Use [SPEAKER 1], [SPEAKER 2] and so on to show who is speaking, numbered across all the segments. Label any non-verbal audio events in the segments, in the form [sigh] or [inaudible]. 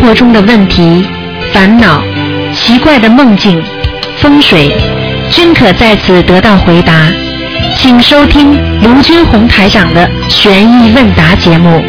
[SPEAKER 1] 活中的问题、烦恼、奇怪的梦境、风水，均可在此得到回答。请收听卢军红台长的《悬疑问答》节目。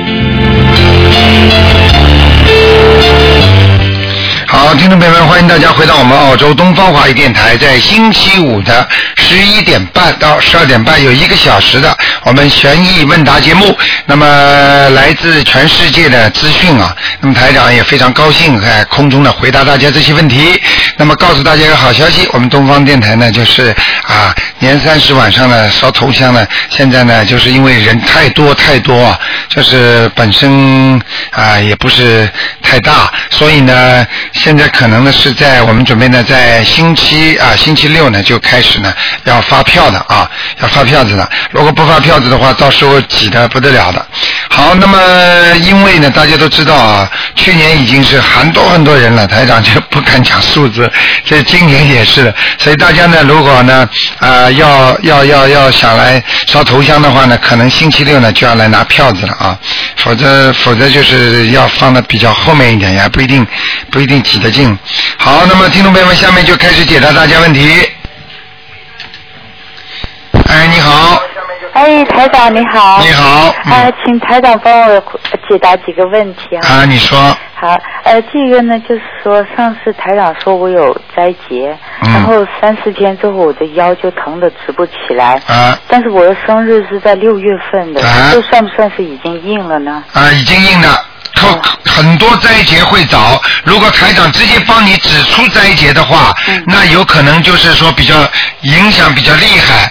[SPEAKER 2] 好，听众朋友们，欢迎大家回到我们澳洲东方华语电台，在星期五的十一点半到十二点半有一个小时的我们悬疑问答节目。那么来自全世界的资讯啊，那么台长也非常高兴在空中呢回答大家这些问题。那么告诉大家一个好消息，我们东方电台呢就是啊年三十晚上呢烧头香呢，现在呢就是因为人太多太多啊，就是本身啊也不是太大，所以呢。现在可能呢是在我们准备呢在星期啊星期六呢就开始呢要发票的啊要发票子的，如果不发票子的话，到时候挤得不得了的。好，那么因为呢大家都知道啊，去年已经是很多很多人了，台长就不敢讲数字， [laughs] 所以今年也是，所以大家呢如果呢啊、呃要要要要想来烧头香的话呢，可能星期六呢就要来拿票子了啊，否则否则就是要放的比较后面一点，也不一定不一定。挤得进。好，那么听众朋友们，下面就开始解答大家问题。哎，你好，
[SPEAKER 3] 哎，台长你好。
[SPEAKER 2] 你好嗯
[SPEAKER 3] 呃，请台长帮我解答几个问题啊。
[SPEAKER 2] 啊，你说，
[SPEAKER 3] 好，呃，这个呢，就是说上次台长说我有灾劫，
[SPEAKER 2] 嗯
[SPEAKER 3] 然后三四天之后我的腰就疼得直不起来，
[SPEAKER 2] 啊
[SPEAKER 3] 但是我的生日是在六月份的
[SPEAKER 2] 啊，
[SPEAKER 3] 这算不算是已经硬了呢？
[SPEAKER 2] 啊，已经应了。扣
[SPEAKER 3] 哦
[SPEAKER 2] 很多灾劫会找，如果台长直接帮你指出灾劫的话，
[SPEAKER 3] 嗯
[SPEAKER 2] 那有可能就是说比较影响比较厉害，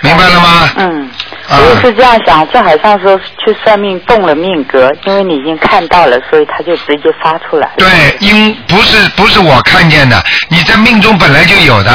[SPEAKER 2] 明白了吗？
[SPEAKER 3] 嗯，
[SPEAKER 2] 啊
[SPEAKER 3] 我也是这样想，就好像说去算命动了命格，因为你已经看到了，所以他就直接发出来了。
[SPEAKER 2] 对，因不是不是我看见的，你在命中本来就有的。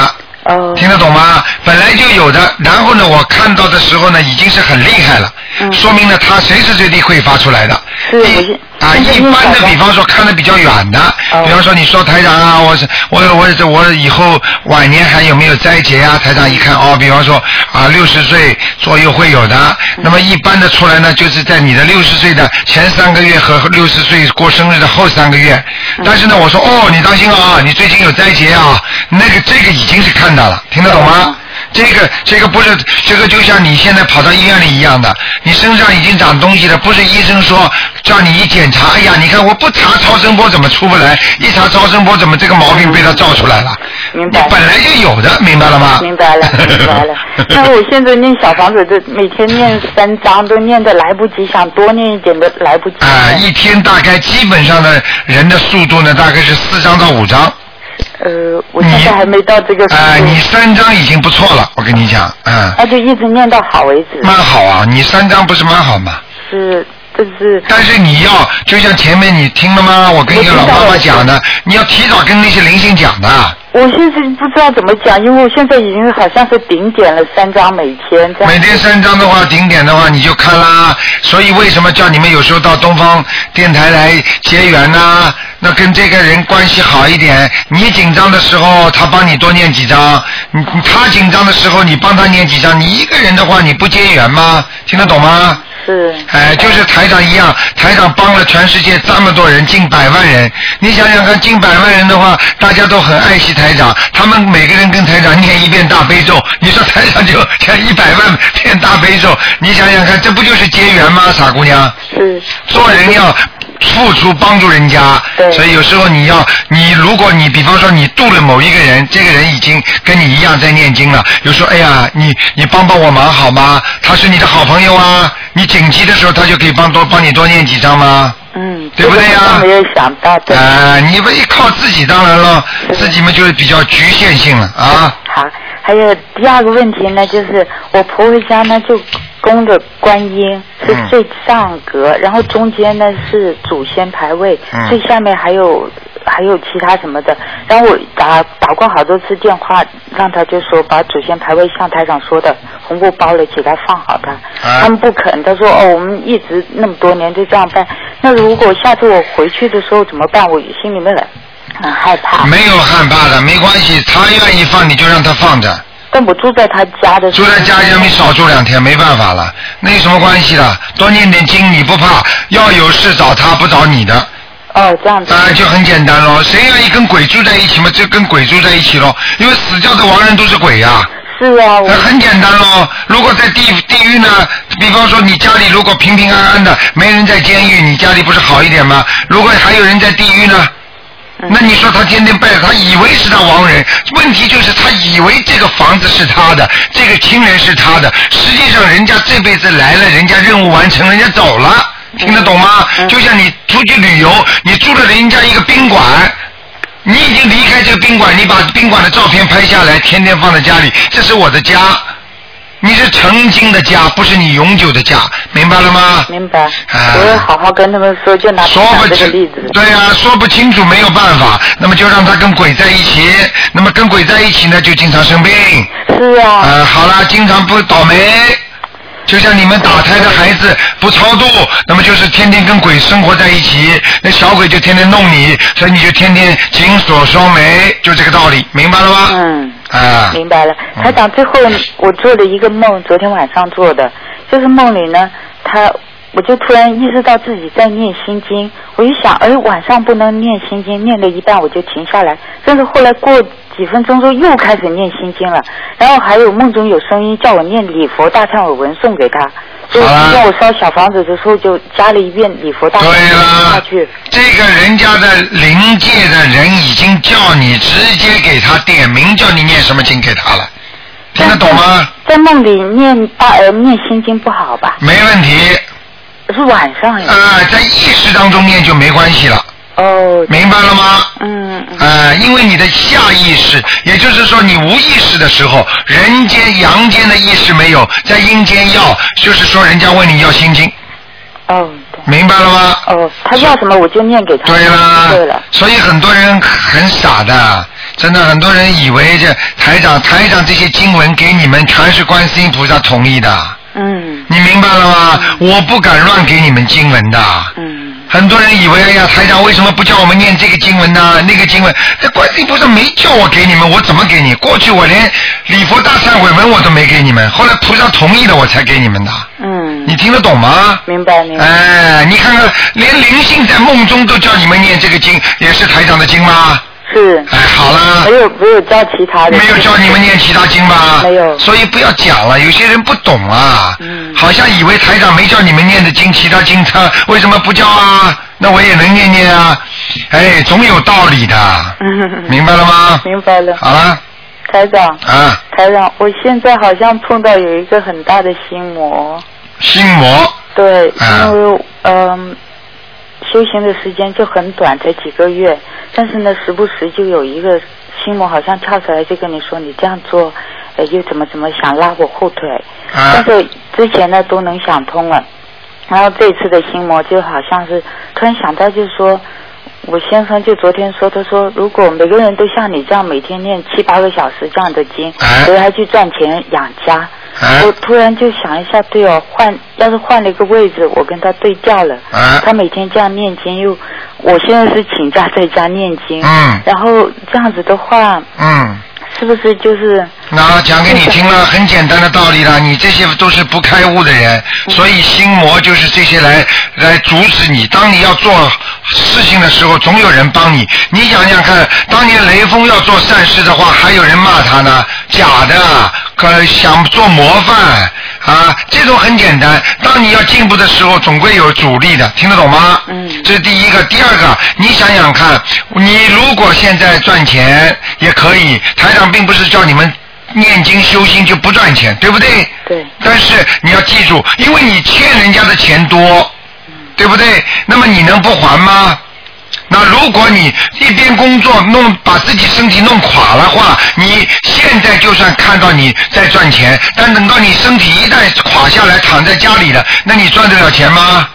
[SPEAKER 3] 哦，
[SPEAKER 2] 听得懂吗？本来就有的，然后呢，我看到的时候呢，已经是很厉害了，
[SPEAKER 3] 嗯
[SPEAKER 2] 说明呢，它随时随地会发出来的。
[SPEAKER 3] 是我
[SPEAKER 2] 一
[SPEAKER 3] 是
[SPEAKER 2] 啊，
[SPEAKER 3] 现在
[SPEAKER 2] 一
[SPEAKER 3] 因为
[SPEAKER 2] 般
[SPEAKER 3] 早
[SPEAKER 2] 的，
[SPEAKER 3] 上
[SPEAKER 2] 比方说看的比较远的，
[SPEAKER 3] 哦
[SPEAKER 2] 比方说你说台长啊，我是我我我以后晚年还有没有灾劫啊？台长一看哦，比方说啊，六十岁左右会有的。那么一般的出来呢，就是在你的六十岁的前三个月和六十岁过生日的后三个月。但是呢，我说哦，你当心啊，你最近有灾劫啊，那个这个已经是看到了，听得懂吗？
[SPEAKER 3] 嗯
[SPEAKER 2] 这个这个不是这个，就像你现在跑到医院里一样的，你身上已经长东西了，不是医生说叫你一检查，哎呀，你看我不查超声波怎么出不来？一查超声波怎么这个毛病被他照出来了？
[SPEAKER 3] 明
[SPEAKER 2] 你
[SPEAKER 3] 白
[SPEAKER 2] 本来就有的，明白了吗？。
[SPEAKER 3] 明白了，明白了
[SPEAKER 2] [laughs]
[SPEAKER 3] 那我现在念小房子，这每天念三章，都念的来不及，想多念一点都来不及。
[SPEAKER 2] 啊、一天大概基本上的人的速度呢，大概是四张到五张。啊、
[SPEAKER 3] 呃，我现在还没到这个速度。
[SPEAKER 2] 你三张已经不错了，我跟你讲，嗯，
[SPEAKER 3] 那就一直念到好为止。
[SPEAKER 2] 蛮好啊，你三张不是蛮好吗？
[SPEAKER 3] 是，这是
[SPEAKER 2] 但是你要，就像前面你听了吗？我跟一个老妈妈讲的，你要提早跟那些灵性讲的，
[SPEAKER 3] 我现在不知道怎么讲，因为我现在已经好像是顶点了三章每天这样。
[SPEAKER 2] 每天三张的话，顶点的话你就看啦。所以为什么叫你们有时候到东方电台来结缘呢、那跟这个人关系好一点，你紧张的时候他帮你多念几张，你你他紧张的时候你帮他念几张，你一个人的话你不结缘吗？听得懂吗？
[SPEAKER 3] 是。
[SPEAKER 2] 哎，就是台长一样，台长帮了全世界这么多人，近百万人。你想想看，近百万人的话，大家都很爱惜台长，他们每个人跟台长念一遍大悲咒，你说台长就 [laughs] 像一百万遍大悲咒，你想想看，这不就是结缘吗？傻姑娘，
[SPEAKER 3] 是
[SPEAKER 2] 做人要付出帮助人家，
[SPEAKER 3] 对
[SPEAKER 2] 所以有时候你要，你如果你比方说你度了某一个人，这个人已经跟你一样在念经了，有时候哎呀，你你帮帮我忙好吗？他是你的好朋友啊，你紧急的时候他就可以帮多帮你多念几张吗？
[SPEAKER 3] 嗯，
[SPEAKER 2] 对不对呀
[SPEAKER 3] 这个我都没有想到，对。
[SPEAKER 2] 啊、你们一靠自己，当然了，自己们就是比较局限性了啊。
[SPEAKER 3] 好，还有第二个问题呢，就是我婆婆家呢就供的观音是
[SPEAKER 2] 嗯
[SPEAKER 3] 最上格，然后中间呢是祖先牌位，
[SPEAKER 2] 嗯
[SPEAKER 3] 最下面还有还有其他什么的。然后我打打过好多次电话，让他就说把祖先牌位像台长说的红布包了起来放好它，
[SPEAKER 2] 啊
[SPEAKER 3] 他们不肯，他说哦我们一直那么多年就这样办，那如果下次我回去的时候怎么办？我心里面很很害怕。
[SPEAKER 2] 没有害怕的，没关系，他愿意放你就让他放着。
[SPEAKER 3] 但我住在他家的时
[SPEAKER 2] 住
[SPEAKER 3] 候，
[SPEAKER 2] 在家里面少住两天，没办法了，那有什么关系啦？多念点经，你不怕？要有事找他，不找你的，
[SPEAKER 3] 哦，这样子。
[SPEAKER 2] 当然就很简单喽，谁愿意跟鬼住在一起嘛，就跟鬼住在一起喽，因为死掉的亡人都是鬼呀、
[SPEAKER 3] 是啊，我
[SPEAKER 2] 那很简单喽。如果在地地狱呢，比方说你家里如果平平安安的，没人在监狱，你家里不是好一点吗？如果还有人在地狱呢，
[SPEAKER 3] 嗯
[SPEAKER 2] 那你说他天天拜，他以为是他亡人，问题就是他以为这个房子是他的，这个亲人是他的，实际上人家这辈子来了，人家任务完成，人家走了，听得懂吗？
[SPEAKER 3] 嗯
[SPEAKER 2] 就像你出去旅游，你住了人家一个宾馆。你已经离开这个宾馆，你把宾馆的照片拍下来，天天放在家里，这是我的家。你是曾经的家，不是你永久的家，明白了吗？
[SPEAKER 3] 明白，
[SPEAKER 2] 啊
[SPEAKER 3] 我会好好跟他们说，就拿
[SPEAKER 2] 说
[SPEAKER 3] 台
[SPEAKER 2] 不
[SPEAKER 3] 长这个
[SPEAKER 2] 清
[SPEAKER 3] 例子，。
[SPEAKER 2] 对呀、说不清楚没有办法，那么就让他跟鬼在一起，那么跟鬼在一起呢，就经常生病，
[SPEAKER 3] 是啊，
[SPEAKER 2] 呃，好啦，经常不倒霉。就像你们打胎的孩子不超度，那么就是天天跟鬼生活在一起，那小鬼就天天弄你，所以你就天天紧锁双眉，就这个道理，明白了吗？
[SPEAKER 3] 嗯。
[SPEAKER 2] 啊，
[SPEAKER 3] 明白了，
[SPEAKER 2] 嗯
[SPEAKER 3] 台长，最后我做了一个梦，昨天晚上做的，就是梦里呢，他我就突然意识到自己在念心经，我一想，哎，晚上不能念心经，念了一半我就停下来，但是后来过几分钟之后又开始念心经了，然后还有梦中有声音叫我念礼佛大忏悔文送给他，所以
[SPEAKER 2] 好啦
[SPEAKER 3] 让我烧小房子的时候就加了一遍礼佛大忏悔
[SPEAKER 2] 对
[SPEAKER 3] 文下
[SPEAKER 2] 啦
[SPEAKER 3] 去，，
[SPEAKER 2] 这个人家的灵界的人已经叫你直接给他点名，叫你念什么经给他了，听得懂吗？
[SPEAKER 3] 在梦里念大呃念心经不好吧？
[SPEAKER 2] 没问题，
[SPEAKER 3] 是晚上呀。
[SPEAKER 2] 呃，在意识当中念就没关系了，
[SPEAKER 3] 哦，
[SPEAKER 2] 明白了吗？
[SPEAKER 3] 嗯，嗯
[SPEAKER 2] 呃，因为你的下意识，也就是说你无意识的时候，人间阳间的意识没有，在阴间要，就是说人家问你要心经，
[SPEAKER 3] 哦，对，
[SPEAKER 2] 明白了吗？
[SPEAKER 3] 哦，他要什么我就念给他。
[SPEAKER 2] 对啦，
[SPEAKER 3] 嗯对了，
[SPEAKER 2] 所以很多人很傻的，真的很多人以为这台长台长这些经文给你们全是观世音菩萨同意的，
[SPEAKER 3] 嗯
[SPEAKER 2] 你明白了吗？我不敢乱给你们经文的。
[SPEAKER 3] 嗯，
[SPEAKER 2] 很多人以为，哎呀，台长为什么不叫我们念这个经文呢？那个经文，那观世音菩萨没叫我给你们，我怎么给你？过去我连礼佛大忏悔文我都没给你们，后来菩萨同意了，我才给你们的。
[SPEAKER 3] 嗯，
[SPEAKER 2] 你听得懂吗？
[SPEAKER 3] 明白明白。
[SPEAKER 2] 哎，你看看，连灵性在梦中都叫你们念这个经，也是台长的经吗？
[SPEAKER 3] 是，
[SPEAKER 2] 哎，好了
[SPEAKER 3] 没，有没有教其他人。
[SPEAKER 2] 没有叫你们念其他经吧？
[SPEAKER 3] 没有
[SPEAKER 2] 所以不要讲了，有些人不懂啊，
[SPEAKER 3] 嗯 [laughs]
[SPEAKER 2] 好像以为台长没叫你们念的经，其他经他为什么不叫啊？那我也能念念啊，哎，总有道理的，
[SPEAKER 3] 嗯，
[SPEAKER 2] 明白了吗？
[SPEAKER 3] 明白了，
[SPEAKER 2] 好了，
[SPEAKER 3] 台长，
[SPEAKER 2] 啊，
[SPEAKER 3] 台长，我现在好像碰到有一个很大的心魔，
[SPEAKER 2] 心魔，
[SPEAKER 3] 对，
[SPEAKER 2] 啊
[SPEAKER 3] 因为嗯。修行的时间就很短，才几个月，但是呢，时不时就有一个心魔好像跳出来，就跟你说你这样做，呃，又怎么怎么想拉我后腿，
[SPEAKER 2] 啊
[SPEAKER 3] 但，是之前呢都能想通了，然后这次的心魔就好像是突然想到，就是说我先生就昨天说，他说如果每个人都像你这样每天念七八个小时这样的经
[SPEAKER 2] 哎，
[SPEAKER 3] 回来去赚钱养家，
[SPEAKER 2] 哎
[SPEAKER 3] 我，突然就想一下，对哦，换要是换了一个位置，我跟他对调了，
[SPEAKER 2] 哎，
[SPEAKER 3] 他每天这样念经，又我现在是请假在家念经，
[SPEAKER 2] 嗯
[SPEAKER 3] 然后这样子的话，
[SPEAKER 2] 嗯。
[SPEAKER 3] 是不是就是
[SPEAKER 2] 那讲给你听了，很简单的道理了。你这些都是不开悟的人，所以心魔就是这些来来阻止你。当你要做事情的时候，总有人帮你。你想想看，当年雷锋要做善事的话，还有人骂他呢，假的，可想做模范啊，这种很简单。当你要进步的时候，总归有阻力的，听得懂吗？
[SPEAKER 3] 嗯
[SPEAKER 2] 这是第一个，第二个，你想想看，你如果现在赚钱也可以，台长并不是叫你们念经修心就不赚钱，对不对？
[SPEAKER 3] 对？
[SPEAKER 2] 但是你要记住，因为你欠人家的钱多，对不对？那么你能不还吗？那如果你一边工作弄把自己身体弄垮了话，你现在就算看到你在赚钱，但等到你身体一旦垮下来躺在家里了，那你赚得了钱吗？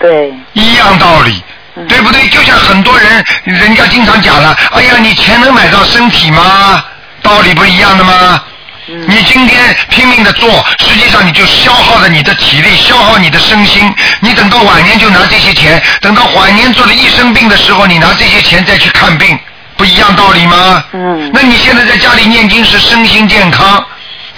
[SPEAKER 3] 对，
[SPEAKER 2] 一样道理
[SPEAKER 3] 嗯，
[SPEAKER 2] 对不对？就像很多人，人家经常讲了，哎呀，你钱能买到身体吗？道理不一样的吗？
[SPEAKER 3] 嗯
[SPEAKER 2] 你今天拼命的做，实际上你就消耗了你的体力，消耗你的身心。你等到晚年就拿这些钱，等到晚年做了一生病的时候，你拿这些钱再去看病，不一样道理吗？
[SPEAKER 3] 嗯
[SPEAKER 2] 那你现在在家里念经是身心健康，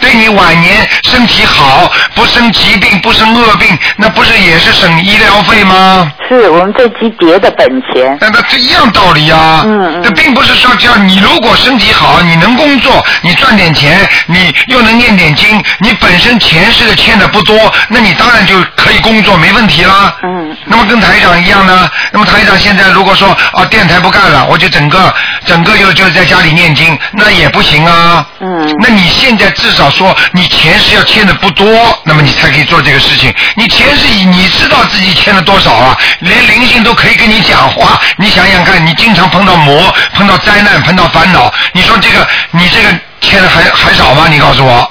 [SPEAKER 2] 对对你晚年身体好，不生疾病，不生恶病，那不是也是省医疗费吗？
[SPEAKER 3] 是我们这集叠的本钱，
[SPEAKER 2] 那那这一样道理啊。
[SPEAKER 3] 嗯嗯
[SPEAKER 2] 这并不是说只要你如果身体好，你能工作，你赚点钱，你又能念点经，你本身前世的欠的不多，那你当然就可以工作没问题啦。
[SPEAKER 3] 嗯
[SPEAKER 2] 那么跟台长一样呢？那么台长现在如果说啊电台不干了，我就整个整个就就在家里念经，那也不行啊。
[SPEAKER 3] 嗯
[SPEAKER 2] 那你现在至少说你前世要欠的不多，那么你才可以做这个事情。你前世你知道自己欠了多少啊？连灵性都可以跟你讲话，你想想看，你经常碰到魔、碰到灾难、碰到烦恼，你说这个你这个欠的还还少吗？你告诉我。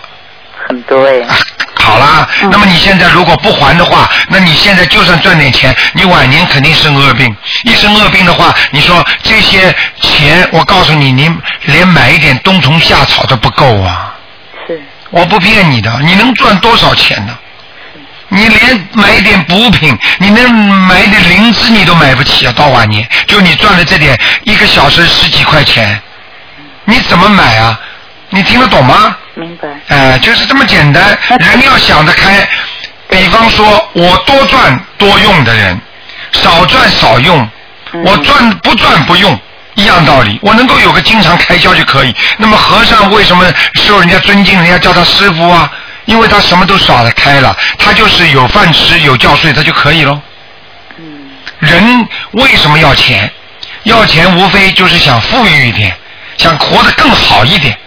[SPEAKER 3] 很多哎，
[SPEAKER 2] 啊好啦，
[SPEAKER 3] 嗯
[SPEAKER 2] 那么你现在如果不还的话，那你现在就算赚点钱，你晚年肯定生恶病。一生恶病的话，你说这些钱，我告诉你，你连买一点冬虫夏草都不够啊！
[SPEAKER 3] 是
[SPEAKER 2] 我不骗你的，你能赚多少钱呢？你连买一点补品，你连买一点灵芝你都买不起啊！到晚年，就你赚了这点，一个小时十几块钱，你怎么买啊？你听得懂吗？
[SPEAKER 3] 明白，
[SPEAKER 2] 哎，就是这么简单。人要想得开，比方说我多赚多用的人，少赚少用，
[SPEAKER 3] 嗯
[SPEAKER 2] 我赚不赚不用。一样道理，我能够有个经常开销就可以。那么和尚为什么受人家尊敬，人家叫他师傅啊？因为他什么都耍得开了，他就是有饭吃有觉睡，他就可以喽。
[SPEAKER 3] 嗯
[SPEAKER 2] 人为什么要钱？要钱无非就是想富裕一点，想活得更好一点。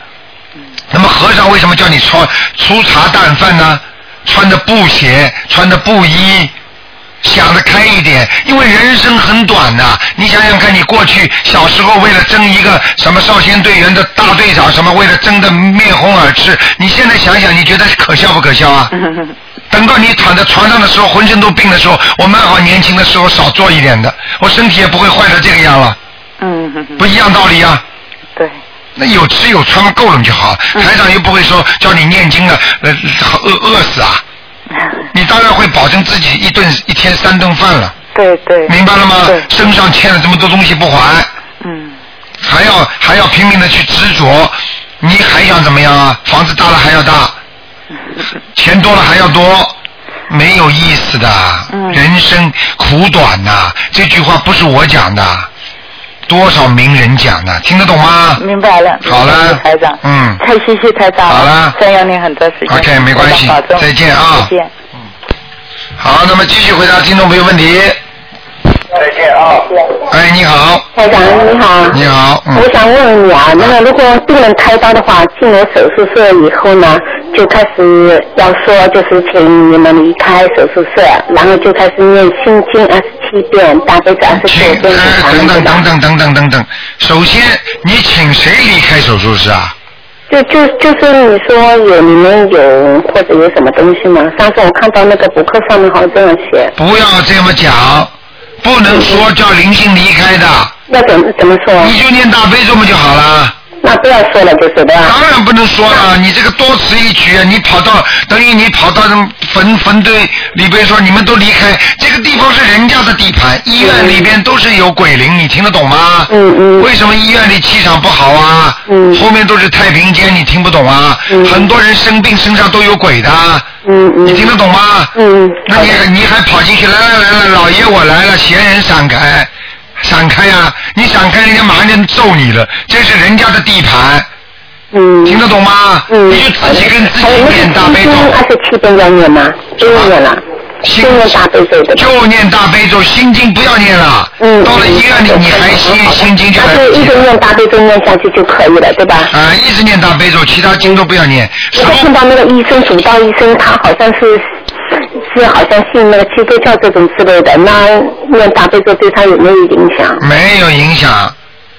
[SPEAKER 2] 那么和尚为什么叫你穿粗茶淡饭呢？穿着布鞋，穿着布衣，想得开一点，因为人生很短呐、你想想看，你过去小时候为了争一个什么少先队员的大队长，什么为了争得面红耳赤，你现在想想，你觉得可笑不可笑啊？
[SPEAKER 3] 嗯
[SPEAKER 2] 等到你躺在床上的时候，浑身都病的时候，我蛮好年轻的时候少做一点的，我身体也不会坏成这个样了，
[SPEAKER 3] 嗯，
[SPEAKER 2] 不一样道理啊。
[SPEAKER 3] 对， [laughs]
[SPEAKER 2] 那有吃有穿嘛够了就好，
[SPEAKER 3] 嗯
[SPEAKER 2] 台长又不会说叫你念经了，呃，饿饿死啊！你当然会保证自己一顿一天三顿饭了，
[SPEAKER 3] 对对，
[SPEAKER 2] 明白了吗
[SPEAKER 3] 对？
[SPEAKER 2] 身上欠了这么多东西不还，
[SPEAKER 3] 嗯
[SPEAKER 2] 还要还要拼命的去执着，你还想怎么样啊？房子大了还要
[SPEAKER 3] [laughs]
[SPEAKER 2] 大，钱多了还要多，没有意思的。
[SPEAKER 3] 嗯
[SPEAKER 2] 人生苦短呐、这句话不是我讲的，多少名人讲的，听得懂吗？
[SPEAKER 3] 明白了，
[SPEAKER 2] 好了
[SPEAKER 3] 谢谢嗯台长，
[SPEAKER 2] 嗯
[SPEAKER 3] 太谢谢台长，
[SPEAKER 2] 好了
[SPEAKER 3] 占用您很多时间
[SPEAKER 2] OK，没关系
[SPEAKER 3] 台长保重
[SPEAKER 2] 再见啊
[SPEAKER 3] 再见，
[SPEAKER 2] 好，那么继续回答听众朋友问题。
[SPEAKER 3] 再见啊，
[SPEAKER 2] 哎，你好，
[SPEAKER 4] 台长你好，
[SPEAKER 2] 你好，嗯
[SPEAKER 4] 我，想问你啊，那个如果病人开刀的话，进了手术室以后呢，就开始要说就是请你们离开手术室，然后就开始念心经二十七遍，大悲咒
[SPEAKER 2] [laughs]
[SPEAKER 4] 二十
[SPEAKER 2] 请
[SPEAKER 4] 九遍，
[SPEAKER 2] 哎
[SPEAKER 4] 小
[SPEAKER 2] 等
[SPEAKER 4] 房子
[SPEAKER 2] 等
[SPEAKER 4] 吧
[SPEAKER 2] 等等等等等等，首先你请谁离开手术室啊？
[SPEAKER 4] 就就就是你说有里面有或者有什么东西吗？上次我看到那个博客上面好像这样写，
[SPEAKER 2] 不要这么讲，不能说叫灵性离开的，
[SPEAKER 4] 要怎么怎么说？
[SPEAKER 2] 你就念大悲咒不就好了？
[SPEAKER 4] 那不要说了就是对吧？
[SPEAKER 2] 当然不能说了，你这个多此一举啊！你跑到等于你跑到那坟坟堆里边说你们都离开，这个地方是人家的地盘，医院里边都是有鬼灵，你听得懂吗？
[SPEAKER 4] 嗯嗯
[SPEAKER 2] 为什么医院里气场不好啊？
[SPEAKER 4] 嗯
[SPEAKER 2] 后面都是太平间，你听不懂啊？
[SPEAKER 4] 嗯
[SPEAKER 2] 很多人生病身上都有鬼的，
[SPEAKER 4] 嗯嗯
[SPEAKER 2] 你听得懂吗？
[SPEAKER 4] 嗯，
[SPEAKER 2] 那你还你还跑进去，来来来来，老爷我来了，闲人闪开，闪开呀、你闪开，人家马上就揍你了，这是人家的地盘。
[SPEAKER 4] 嗯
[SPEAKER 2] 听得懂吗？
[SPEAKER 4] 嗯，
[SPEAKER 2] 你就自己跟自己
[SPEAKER 4] 哎那个
[SPEAKER 2] 念大悲
[SPEAKER 4] 二
[SPEAKER 2] 咒，
[SPEAKER 4] 十七遍要念吗？都要念了，
[SPEAKER 2] 心
[SPEAKER 4] 都念大悲咒的。
[SPEAKER 2] 就念大悲咒，心经不要念了。
[SPEAKER 4] 嗯，
[SPEAKER 2] 到了医院里你还心心经就
[SPEAKER 4] 那
[SPEAKER 2] 来
[SPEAKER 4] 就
[SPEAKER 2] 不
[SPEAKER 4] 一
[SPEAKER 2] 及
[SPEAKER 4] 直
[SPEAKER 2] 了。
[SPEAKER 4] 念大悲咒念下去就可以了，对吧？
[SPEAKER 2] 啊，一直念大悲咒，其他经都不要念。
[SPEAKER 4] 我
[SPEAKER 2] 什
[SPEAKER 4] 在
[SPEAKER 2] 么
[SPEAKER 4] 碰到那个医生，主刀医生，他好像是是好像信那个基督教这种之类的，那念大悲咒对他有没有影响？
[SPEAKER 2] 没有影响，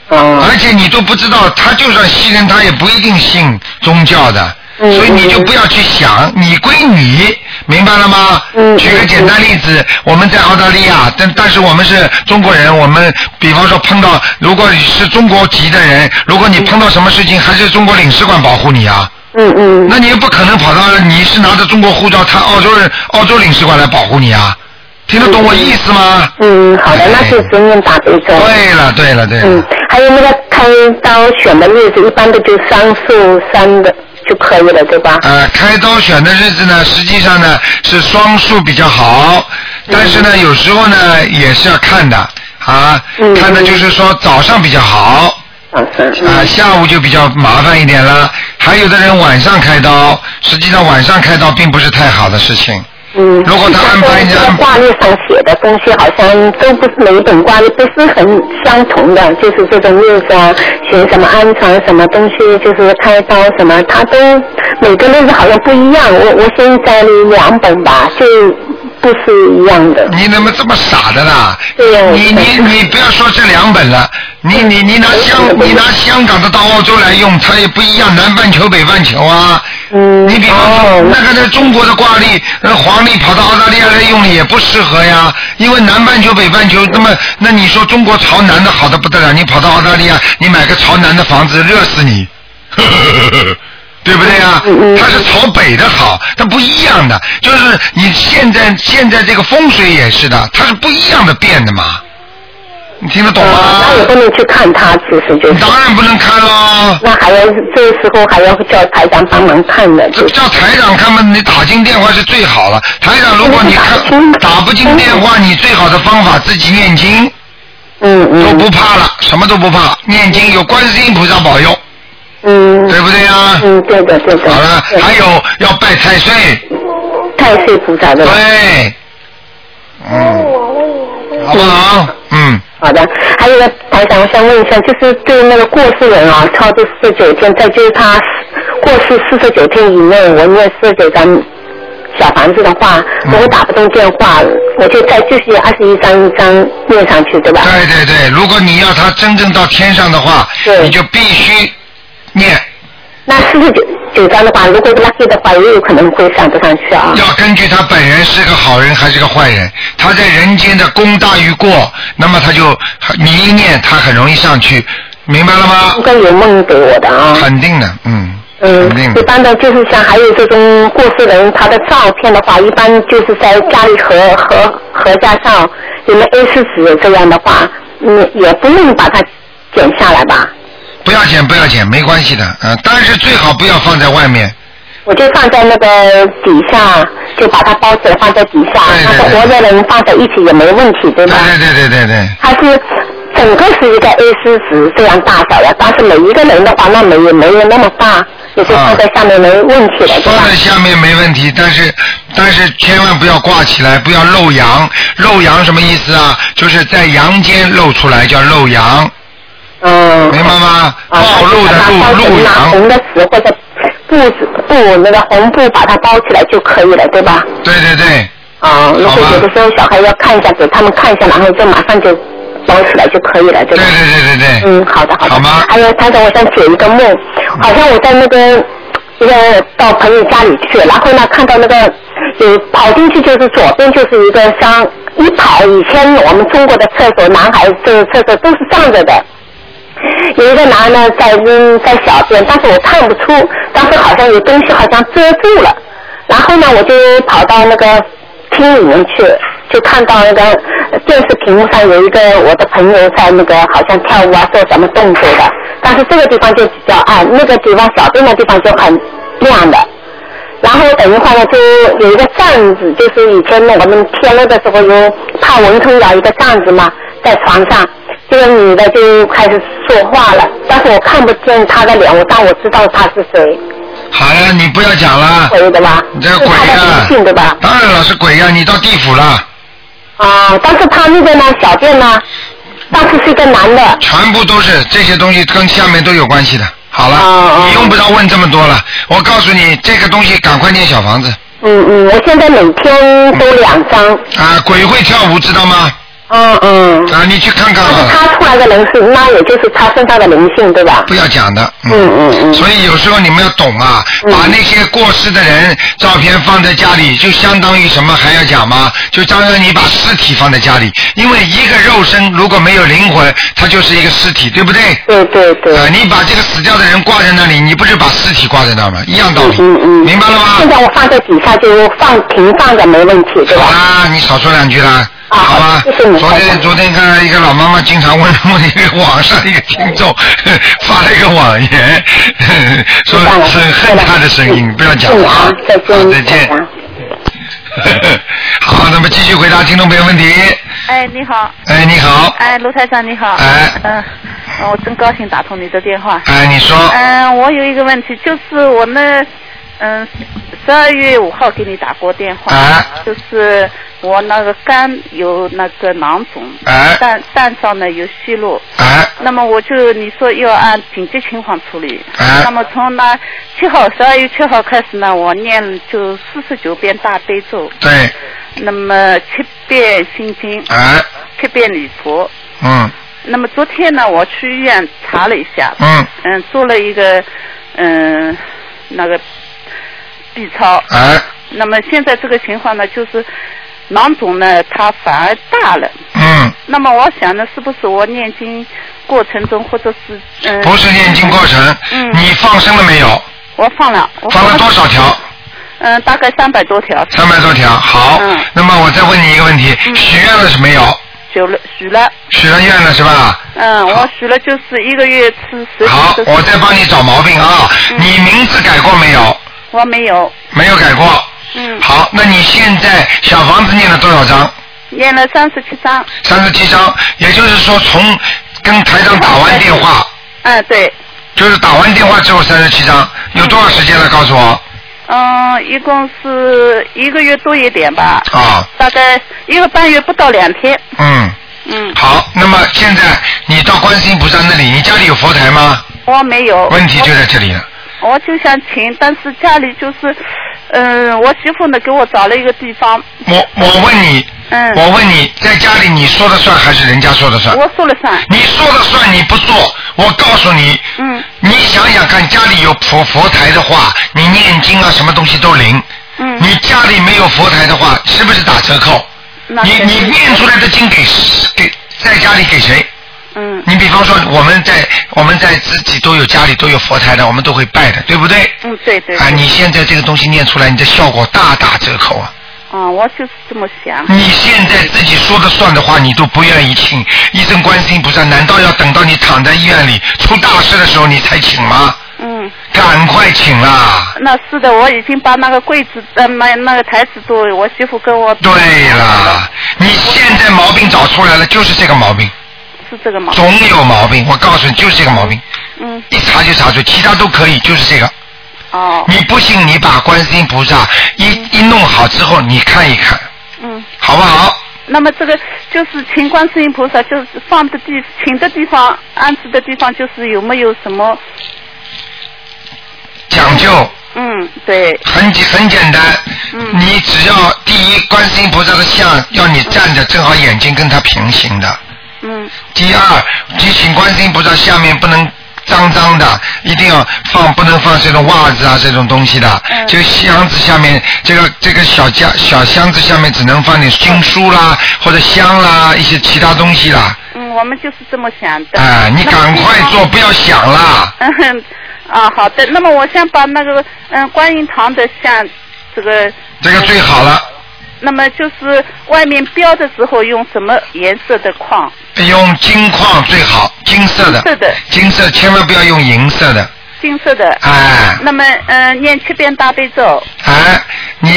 [SPEAKER 4] 哦、
[SPEAKER 2] 而且你都不知道，他就算信人，他也不一定信宗教的。
[SPEAKER 4] 嗯
[SPEAKER 2] 所以你就不要去想，你归你，明白了吗？
[SPEAKER 4] 嗯
[SPEAKER 2] 举个简单例子，我们在澳大利亚，但但是我们是中国人，我们比方说碰到，如果你是中国籍的人，如果你碰到什么事情，还是中国领事馆保护你啊。
[SPEAKER 4] 嗯嗯，
[SPEAKER 2] [laughs] 那你又不可能跑到你是拿着中国护照，他澳洲人澳洲领事馆来保护你啊。听得懂我意思吗？
[SPEAKER 4] 嗯，好的，那就只念大悲咒。
[SPEAKER 2] 对了，对
[SPEAKER 4] 嗯
[SPEAKER 2] 了，对了。
[SPEAKER 4] 嗯，还有那个开刀选的日子，一般的就三四三的，就可以了，对吧？
[SPEAKER 2] 呃，开刀选的日子呢，实际上呢是双数比较好，
[SPEAKER 4] 嗯
[SPEAKER 2] 但是呢，有时候呢也是要看的啊，
[SPEAKER 4] 嗯
[SPEAKER 2] 看的就是说早上比较好，
[SPEAKER 4] 嗯嗯
[SPEAKER 2] 啊、下午就比较麻烦一点了。还有的人晚上开刀，实际上晚上开刀并不是太好的事情。
[SPEAKER 4] 嗯。
[SPEAKER 2] 如果他安排人家
[SPEAKER 4] 但是挂历上写的东西好像都不是每一本挂历不是很相同的，就是这种日子啊，选什么安床什么东西，就是开刀什么，他都每个日子好像不一样。我我现在两本吧，就不是一样的。
[SPEAKER 2] 你怎么这么傻的啦？
[SPEAKER 4] 对呀我
[SPEAKER 2] 你你你不要说这两本了，你你你拿香你拿香港的到澳洲来用，它也不一样，南半球北半球啊。
[SPEAKER 4] 嗯。
[SPEAKER 2] 你比方说，
[SPEAKER 4] 哦
[SPEAKER 2] 那啊个在中国的挂历，那黄历跑到澳大利亚来用也不适合呀，因为南半球、北半球，那么那你说中国朝南的好的不得了，你跑到澳大利亚，你买个朝南的房子，热死你， [laughs] 对不对呀
[SPEAKER 4] 嗯嗯？
[SPEAKER 2] 它是朝北的好，它不一样的，就是你现在现在这个风水也是的，它是不一样的变的嘛，你听得懂吗？
[SPEAKER 4] 呃那也不能去看他，其实就
[SPEAKER 2] 你
[SPEAKER 4] 是。
[SPEAKER 2] 当然不能看喽。
[SPEAKER 4] 那还要这个时候还要叫台长帮忙看的，
[SPEAKER 2] 这
[SPEAKER 4] 就是
[SPEAKER 2] 叫台长看嘛，你打进电话是最好了。台长，如果你
[SPEAKER 4] 打哎不进
[SPEAKER 2] 看打不进电话，你最好的方法自己念经，
[SPEAKER 4] 嗯
[SPEAKER 2] 都不
[SPEAKER 4] 嗯
[SPEAKER 2] 怕了，什么都不怕，念经有观世音菩萨保佑，
[SPEAKER 4] 嗯
[SPEAKER 2] 对不对呀？
[SPEAKER 4] 嗯，对的对的。
[SPEAKER 2] 好了，
[SPEAKER 4] 对
[SPEAKER 2] 还有要拜太岁，
[SPEAKER 4] 太岁菩萨的。
[SPEAKER 2] 对，嗯，好不好？嗯，
[SPEAKER 4] 好的，还有一个台长，我想问一下，就是对那个过世人啊，超过四十九天，再就是他过世四十九天以内，我念四十九张小房子的话，
[SPEAKER 2] 嗯
[SPEAKER 4] 如果打不通电话，我就再继续二十一张一张念上去，对吧？
[SPEAKER 2] 对对对，如果你要他真正到天上的话，
[SPEAKER 4] 对
[SPEAKER 2] 你就必须念，
[SPEAKER 4] 那四十九九张的话，如果 lucky 的话，也有可能会上不上去啊。
[SPEAKER 2] 要根据他本人是个好人还是个坏人，他在人间的功大于过，那么他就你一念他很容易上去，明白了吗
[SPEAKER 4] 应？该有梦给我的啊。
[SPEAKER 2] 肯定的，嗯，
[SPEAKER 4] 嗯
[SPEAKER 2] 肯定，
[SPEAKER 4] 一
[SPEAKER 2] 的。
[SPEAKER 4] 般的就是像还有这种过世人，他的照片的话，一般就是在家里合合合家照，有没有 A 四纸这样的话，嗯，也不用把它剪下来吧，
[SPEAKER 2] 不要剪，不要剪，没关系的，嗯、但是最好不要放在外面。
[SPEAKER 4] 我就放在那个底下，就把它包起来放在底下，
[SPEAKER 2] 对
[SPEAKER 4] 那
[SPEAKER 2] 对
[SPEAKER 4] 个
[SPEAKER 2] 对
[SPEAKER 4] 活的人放在一起也没问题，对
[SPEAKER 2] 对
[SPEAKER 4] 吧？
[SPEAKER 2] 对对对对对，
[SPEAKER 4] 它是整个是一个 A 四纸这样大小的，但是每一个人的话，那没也没有那么大，也就放在下面没问题了，对
[SPEAKER 2] 放
[SPEAKER 4] 吧
[SPEAKER 2] 在？下面没问题，但是但是千万不要挂起来，不要露阳。露阳什么意思啊？就是在阳间露出来叫露阳，
[SPEAKER 4] 嗯。
[SPEAKER 2] 明白吗？
[SPEAKER 4] 啊，
[SPEAKER 2] 暴露哦的
[SPEAKER 4] 把它
[SPEAKER 2] 露
[SPEAKER 4] 包
[SPEAKER 2] 露
[SPEAKER 4] 成拿
[SPEAKER 2] 阳。
[SPEAKER 4] 红的纸或者布纸布那个红布把它包起来就可以了，对吧？
[SPEAKER 2] 对对对，
[SPEAKER 4] 啊，如
[SPEAKER 2] 好
[SPEAKER 4] 果
[SPEAKER 2] 吧
[SPEAKER 4] 有的时候小孩要看一下，给他们看一下，然后就马上就包起来就可以了，
[SPEAKER 2] 对
[SPEAKER 4] 对吧？
[SPEAKER 2] 对对对对。
[SPEAKER 4] 嗯，好的好的。
[SPEAKER 2] 哎好吗
[SPEAKER 4] 还有，台长，我想解一个梦，好像我在那个一个到朋友家里去，然后呢看到那个有跑进去就是左边就是一个像一跑，以前我们中国的厕所，男孩子厕所都是站着的。有一个男的在扔在小便，但是我看不出，当时好像有东西好像遮住了。然后呢，我就跑到那个厅里面去，就看到那个电视屏幕上有一个我的朋友在那个好像跳舞啊，做什么动作的。但是这个地方就比较暗，那个地方小便的地方就很亮的。然后等一会儿呢，就有一个站子，就是以前呢我们天热的时候有怕蚊虫咬一个站子嘛，在床上，这个女的就开始说话了，但是我看不见她的脸，我但我知道她是谁，
[SPEAKER 2] 好了，你不要讲了，
[SPEAKER 4] 鬼的吧？
[SPEAKER 2] 啊你这
[SPEAKER 4] 是
[SPEAKER 2] 个鬼啊
[SPEAKER 4] 她的
[SPEAKER 2] 呀、
[SPEAKER 4] 灵性对吧？
[SPEAKER 2] 当然了，是鬼呀、你到地府了，
[SPEAKER 4] 啊，但是她那个呢，小便呢，当时是一个男的，
[SPEAKER 2] 全部都是这些东西跟下面都有关系的。好了，
[SPEAKER 4] 哦哦
[SPEAKER 2] 你用不着问这么多了。我告诉你，这个东西赶快念小房子
[SPEAKER 4] 嗯嗯，我现在每天都两张，
[SPEAKER 2] 啊！鬼会跳舞，知道吗？
[SPEAKER 4] 嗯嗯，
[SPEAKER 2] 啊，你去看看
[SPEAKER 4] 但
[SPEAKER 2] 好
[SPEAKER 4] 是
[SPEAKER 2] 了，
[SPEAKER 4] 她出来的人是，那也就是她身上的灵性对吧？
[SPEAKER 2] 不要讲的。
[SPEAKER 4] 嗯嗯嗯。
[SPEAKER 2] 所以有时候你们要懂啊，
[SPEAKER 4] 嗯
[SPEAKER 2] 把那些过世的人照片放在家里，就相当于什么还要讲吗？就相当于你把尸体放在家里，因为一个肉身如果没有灵魂，它就是一个尸体，对不对？
[SPEAKER 4] 对对对。
[SPEAKER 2] 呃，你把这个死掉的人挂在那里，你不是把尸体挂在那儿吗？一样道理，
[SPEAKER 4] 嗯嗯
[SPEAKER 2] 明白了
[SPEAKER 4] 现
[SPEAKER 2] 吗？
[SPEAKER 4] 在我放在底下就放平放着没问题，对
[SPEAKER 2] 好
[SPEAKER 4] 吧？
[SPEAKER 2] 啊啦，你少说两句啦。
[SPEAKER 4] 啊
[SPEAKER 2] 好吧
[SPEAKER 4] 谢谢，你
[SPEAKER 2] 昨
[SPEAKER 4] 台
[SPEAKER 2] 天
[SPEAKER 4] 长
[SPEAKER 2] 昨天看到一个老妈妈经常问我一个网上一个听众 [laughs] 发了一个网言， [laughs] 说
[SPEAKER 4] 知道了
[SPEAKER 2] 是恨他的声音，不要讲
[SPEAKER 4] 是
[SPEAKER 2] 话。
[SPEAKER 4] 啊，再
[SPEAKER 2] 好
[SPEAKER 4] 见，啊
[SPEAKER 2] 再
[SPEAKER 4] 台
[SPEAKER 2] 见。[laughs]
[SPEAKER 4] 长
[SPEAKER 2] 好，那么继续回答听众朋友问题。
[SPEAKER 5] 哎，你好，
[SPEAKER 2] 哎，你好，
[SPEAKER 5] 哎，卢台长你
[SPEAKER 4] 啊
[SPEAKER 5] 好，
[SPEAKER 2] 哎
[SPEAKER 5] 嗯、我真高兴打通你的电话。
[SPEAKER 2] 哎，你说，
[SPEAKER 5] 嗯、我有一个问题，就是我呢，嗯、十二月五号给你打过电话，
[SPEAKER 4] 啊
[SPEAKER 2] 哎
[SPEAKER 5] 就是我那个肝有那个囊肿，
[SPEAKER 2] 哎
[SPEAKER 5] 胆胆上呢有息肉，
[SPEAKER 2] 哎
[SPEAKER 5] 那么我就你说要按紧急情况处理，
[SPEAKER 2] 哎
[SPEAKER 5] 那么从那七号十二月七号开始呢，我念了就四十九遍大悲咒，
[SPEAKER 2] 对，
[SPEAKER 5] 那么七遍心经，
[SPEAKER 2] 哎，
[SPEAKER 5] 七遍礼佛。
[SPEAKER 2] 嗯
[SPEAKER 5] 那么昨天呢，我去医院查了一下，
[SPEAKER 2] 嗯，
[SPEAKER 5] 嗯，做了一个嗯那个 B 超。
[SPEAKER 2] 哎
[SPEAKER 5] 那么现在这个情况呢，就是囊肿呢它反而大了。
[SPEAKER 2] 嗯，
[SPEAKER 5] 那么我想呢，是不是我念经过程中或者是嗯，
[SPEAKER 2] 不是念经过程，
[SPEAKER 5] 嗯
[SPEAKER 2] 你放生了没有？
[SPEAKER 5] 我放了，我
[SPEAKER 2] 放了多少条？
[SPEAKER 5] 嗯，大概三百多条，
[SPEAKER 2] 三百多条。好
[SPEAKER 5] 嗯，
[SPEAKER 2] 那么我再问你一个问题，
[SPEAKER 5] 嗯
[SPEAKER 2] 许愿了是没有？
[SPEAKER 5] 许了许了，
[SPEAKER 2] 许了愿了是吧？
[SPEAKER 5] 嗯，我许了就是一个月吃十
[SPEAKER 2] 好，
[SPEAKER 5] 次，
[SPEAKER 2] 我再帮你找毛病啊。
[SPEAKER 5] 嗯
[SPEAKER 2] 你名字改过没有？
[SPEAKER 5] 我没有，
[SPEAKER 2] 没有改过。
[SPEAKER 5] 嗯，
[SPEAKER 2] 好，那你现在小房子念了多少章？
[SPEAKER 5] 念了三十七章，
[SPEAKER 2] 三十七章，也就是说从跟台长打完电话，
[SPEAKER 5] 嗯，对，
[SPEAKER 2] 就是打完电话之后三十七章，有多少时间了？告诉我
[SPEAKER 5] 嗯，一共是一个月多一点吧，
[SPEAKER 2] 啊。
[SPEAKER 5] 大概一个半月不到两天。
[SPEAKER 2] 嗯，
[SPEAKER 5] 嗯，
[SPEAKER 2] 好，那么现在你到观世音菩萨那里，你家里有佛台吗？
[SPEAKER 5] 我没有。
[SPEAKER 2] 问题就在这里了。
[SPEAKER 5] 我。我就想请，但是家里就是，嗯、我媳妇呢给我找了一个地方，
[SPEAKER 2] 我我问你，
[SPEAKER 5] 嗯，
[SPEAKER 2] 我问你，在家里你说了算还是人家说了算？
[SPEAKER 5] 我说了算，
[SPEAKER 2] 你说了算，你不做，我告诉你，
[SPEAKER 5] 嗯
[SPEAKER 2] 你想想看，家里有佛佛台的话，你念经啊，什么东西都灵。
[SPEAKER 5] 嗯，
[SPEAKER 2] 你家里没有佛台的话，是不是打折扣？
[SPEAKER 5] 那
[SPEAKER 2] 你
[SPEAKER 5] 肯
[SPEAKER 2] 你
[SPEAKER 5] 定
[SPEAKER 2] 念出来的经给给在家里给谁？
[SPEAKER 5] 嗯
[SPEAKER 2] 你比方说我们在我们在自己都有家里都有佛台的，我们都会拜的，对不对？
[SPEAKER 5] 嗯对对，
[SPEAKER 2] 啊，
[SPEAKER 5] 对
[SPEAKER 2] 你现在这个东西念出来，你的效果大打折扣啊！
[SPEAKER 5] 啊，我就是这么想，
[SPEAKER 2] 你现在自己说的算的话，你都不愿意请医生观世音菩萨，难道要等到你躺在医院里出大事的时候你才请吗？
[SPEAKER 5] 嗯，
[SPEAKER 2] 赶快请啦！
[SPEAKER 5] 那是的，我已经把那个柜子呃买那个台子都，我媳妇跟我
[SPEAKER 2] 对啦，你现在毛病找出来了，就是这个毛病，
[SPEAKER 5] 是这个嘛，
[SPEAKER 2] 总有毛病。我告诉你，就是这个毛病，
[SPEAKER 5] 嗯
[SPEAKER 2] 一查就查出，其他都可以，就是这个。
[SPEAKER 5] 哦
[SPEAKER 2] 你不信，你把观世音菩萨一一弄好之后，你看一看，
[SPEAKER 5] 嗯。
[SPEAKER 2] 好不好？
[SPEAKER 5] 那么这个就是请观世音菩萨，就是放的地请的地方、安置的地方，就是有没有什么？
[SPEAKER 2] 讲究
[SPEAKER 5] 嗯，对，
[SPEAKER 2] 很简很简单，
[SPEAKER 5] 嗯
[SPEAKER 2] 你只要第一，观世音菩萨的像要你站着，正好眼睛跟他平行的；
[SPEAKER 5] 嗯
[SPEAKER 2] 第二，你请观世音菩萨下面不能脏脏的，一定要放不能放这种袜子啊这种东西的。
[SPEAKER 5] 嗯
[SPEAKER 2] 这个箱子下面，这个这个小家小箱子下面只能放点经书啦，或者香啦，一些其他东西啦。
[SPEAKER 5] 嗯，我们就是这么想的。
[SPEAKER 2] 哎、你
[SPEAKER 5] 那么
[SPEAKER 2] 赶快
[SPEAKER 5] 地方
[SPEAKER 2] 做，。不要想啦。
[SPEAKER 5] 嗯哼 [laughs] 啊，好的。那么我想把那个嗯观音堂的像这个，
[SPEAKER 2] 这个最好了，
[SPEAKER 5] 那么就是外面标的时候用什么颜色的框？
[SPEAKER 2] 用金矿最好，金色的。
[SPEAKER 5] 金色的
[SPEAKER 2] 金色千万不要用银色的，
[SPEAKER 5] 金色的。
[SPEAKER 2] 哎
[SPEAKER 5] 那么嗯，念七遍大悲咒。
[SPEAKER 2] 哎，你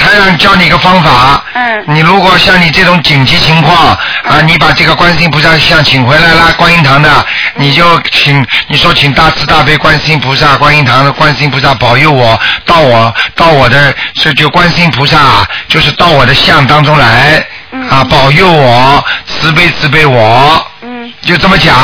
[SPEAKER 2] 台长教你一个方法。
[SPEAKER 5] 嗯
[SPEAKER 2] 你如果像你这种紧急情况啊，你把这个观世音菩萨像请回来啦，观音堂的，你就请你说请大慈大悲观世音菩萨、观音堂的观世音菩萨保佑我，到我到我的这就观世音菩萨啊就是到我的像当中来
[SPEAKER 5] 嗯
[SPEAKER 2] 啊，保佑我，慈悲慈悲我，
[SPEAKER 5] 嗯
[SPEAKER 2] 就这么讲。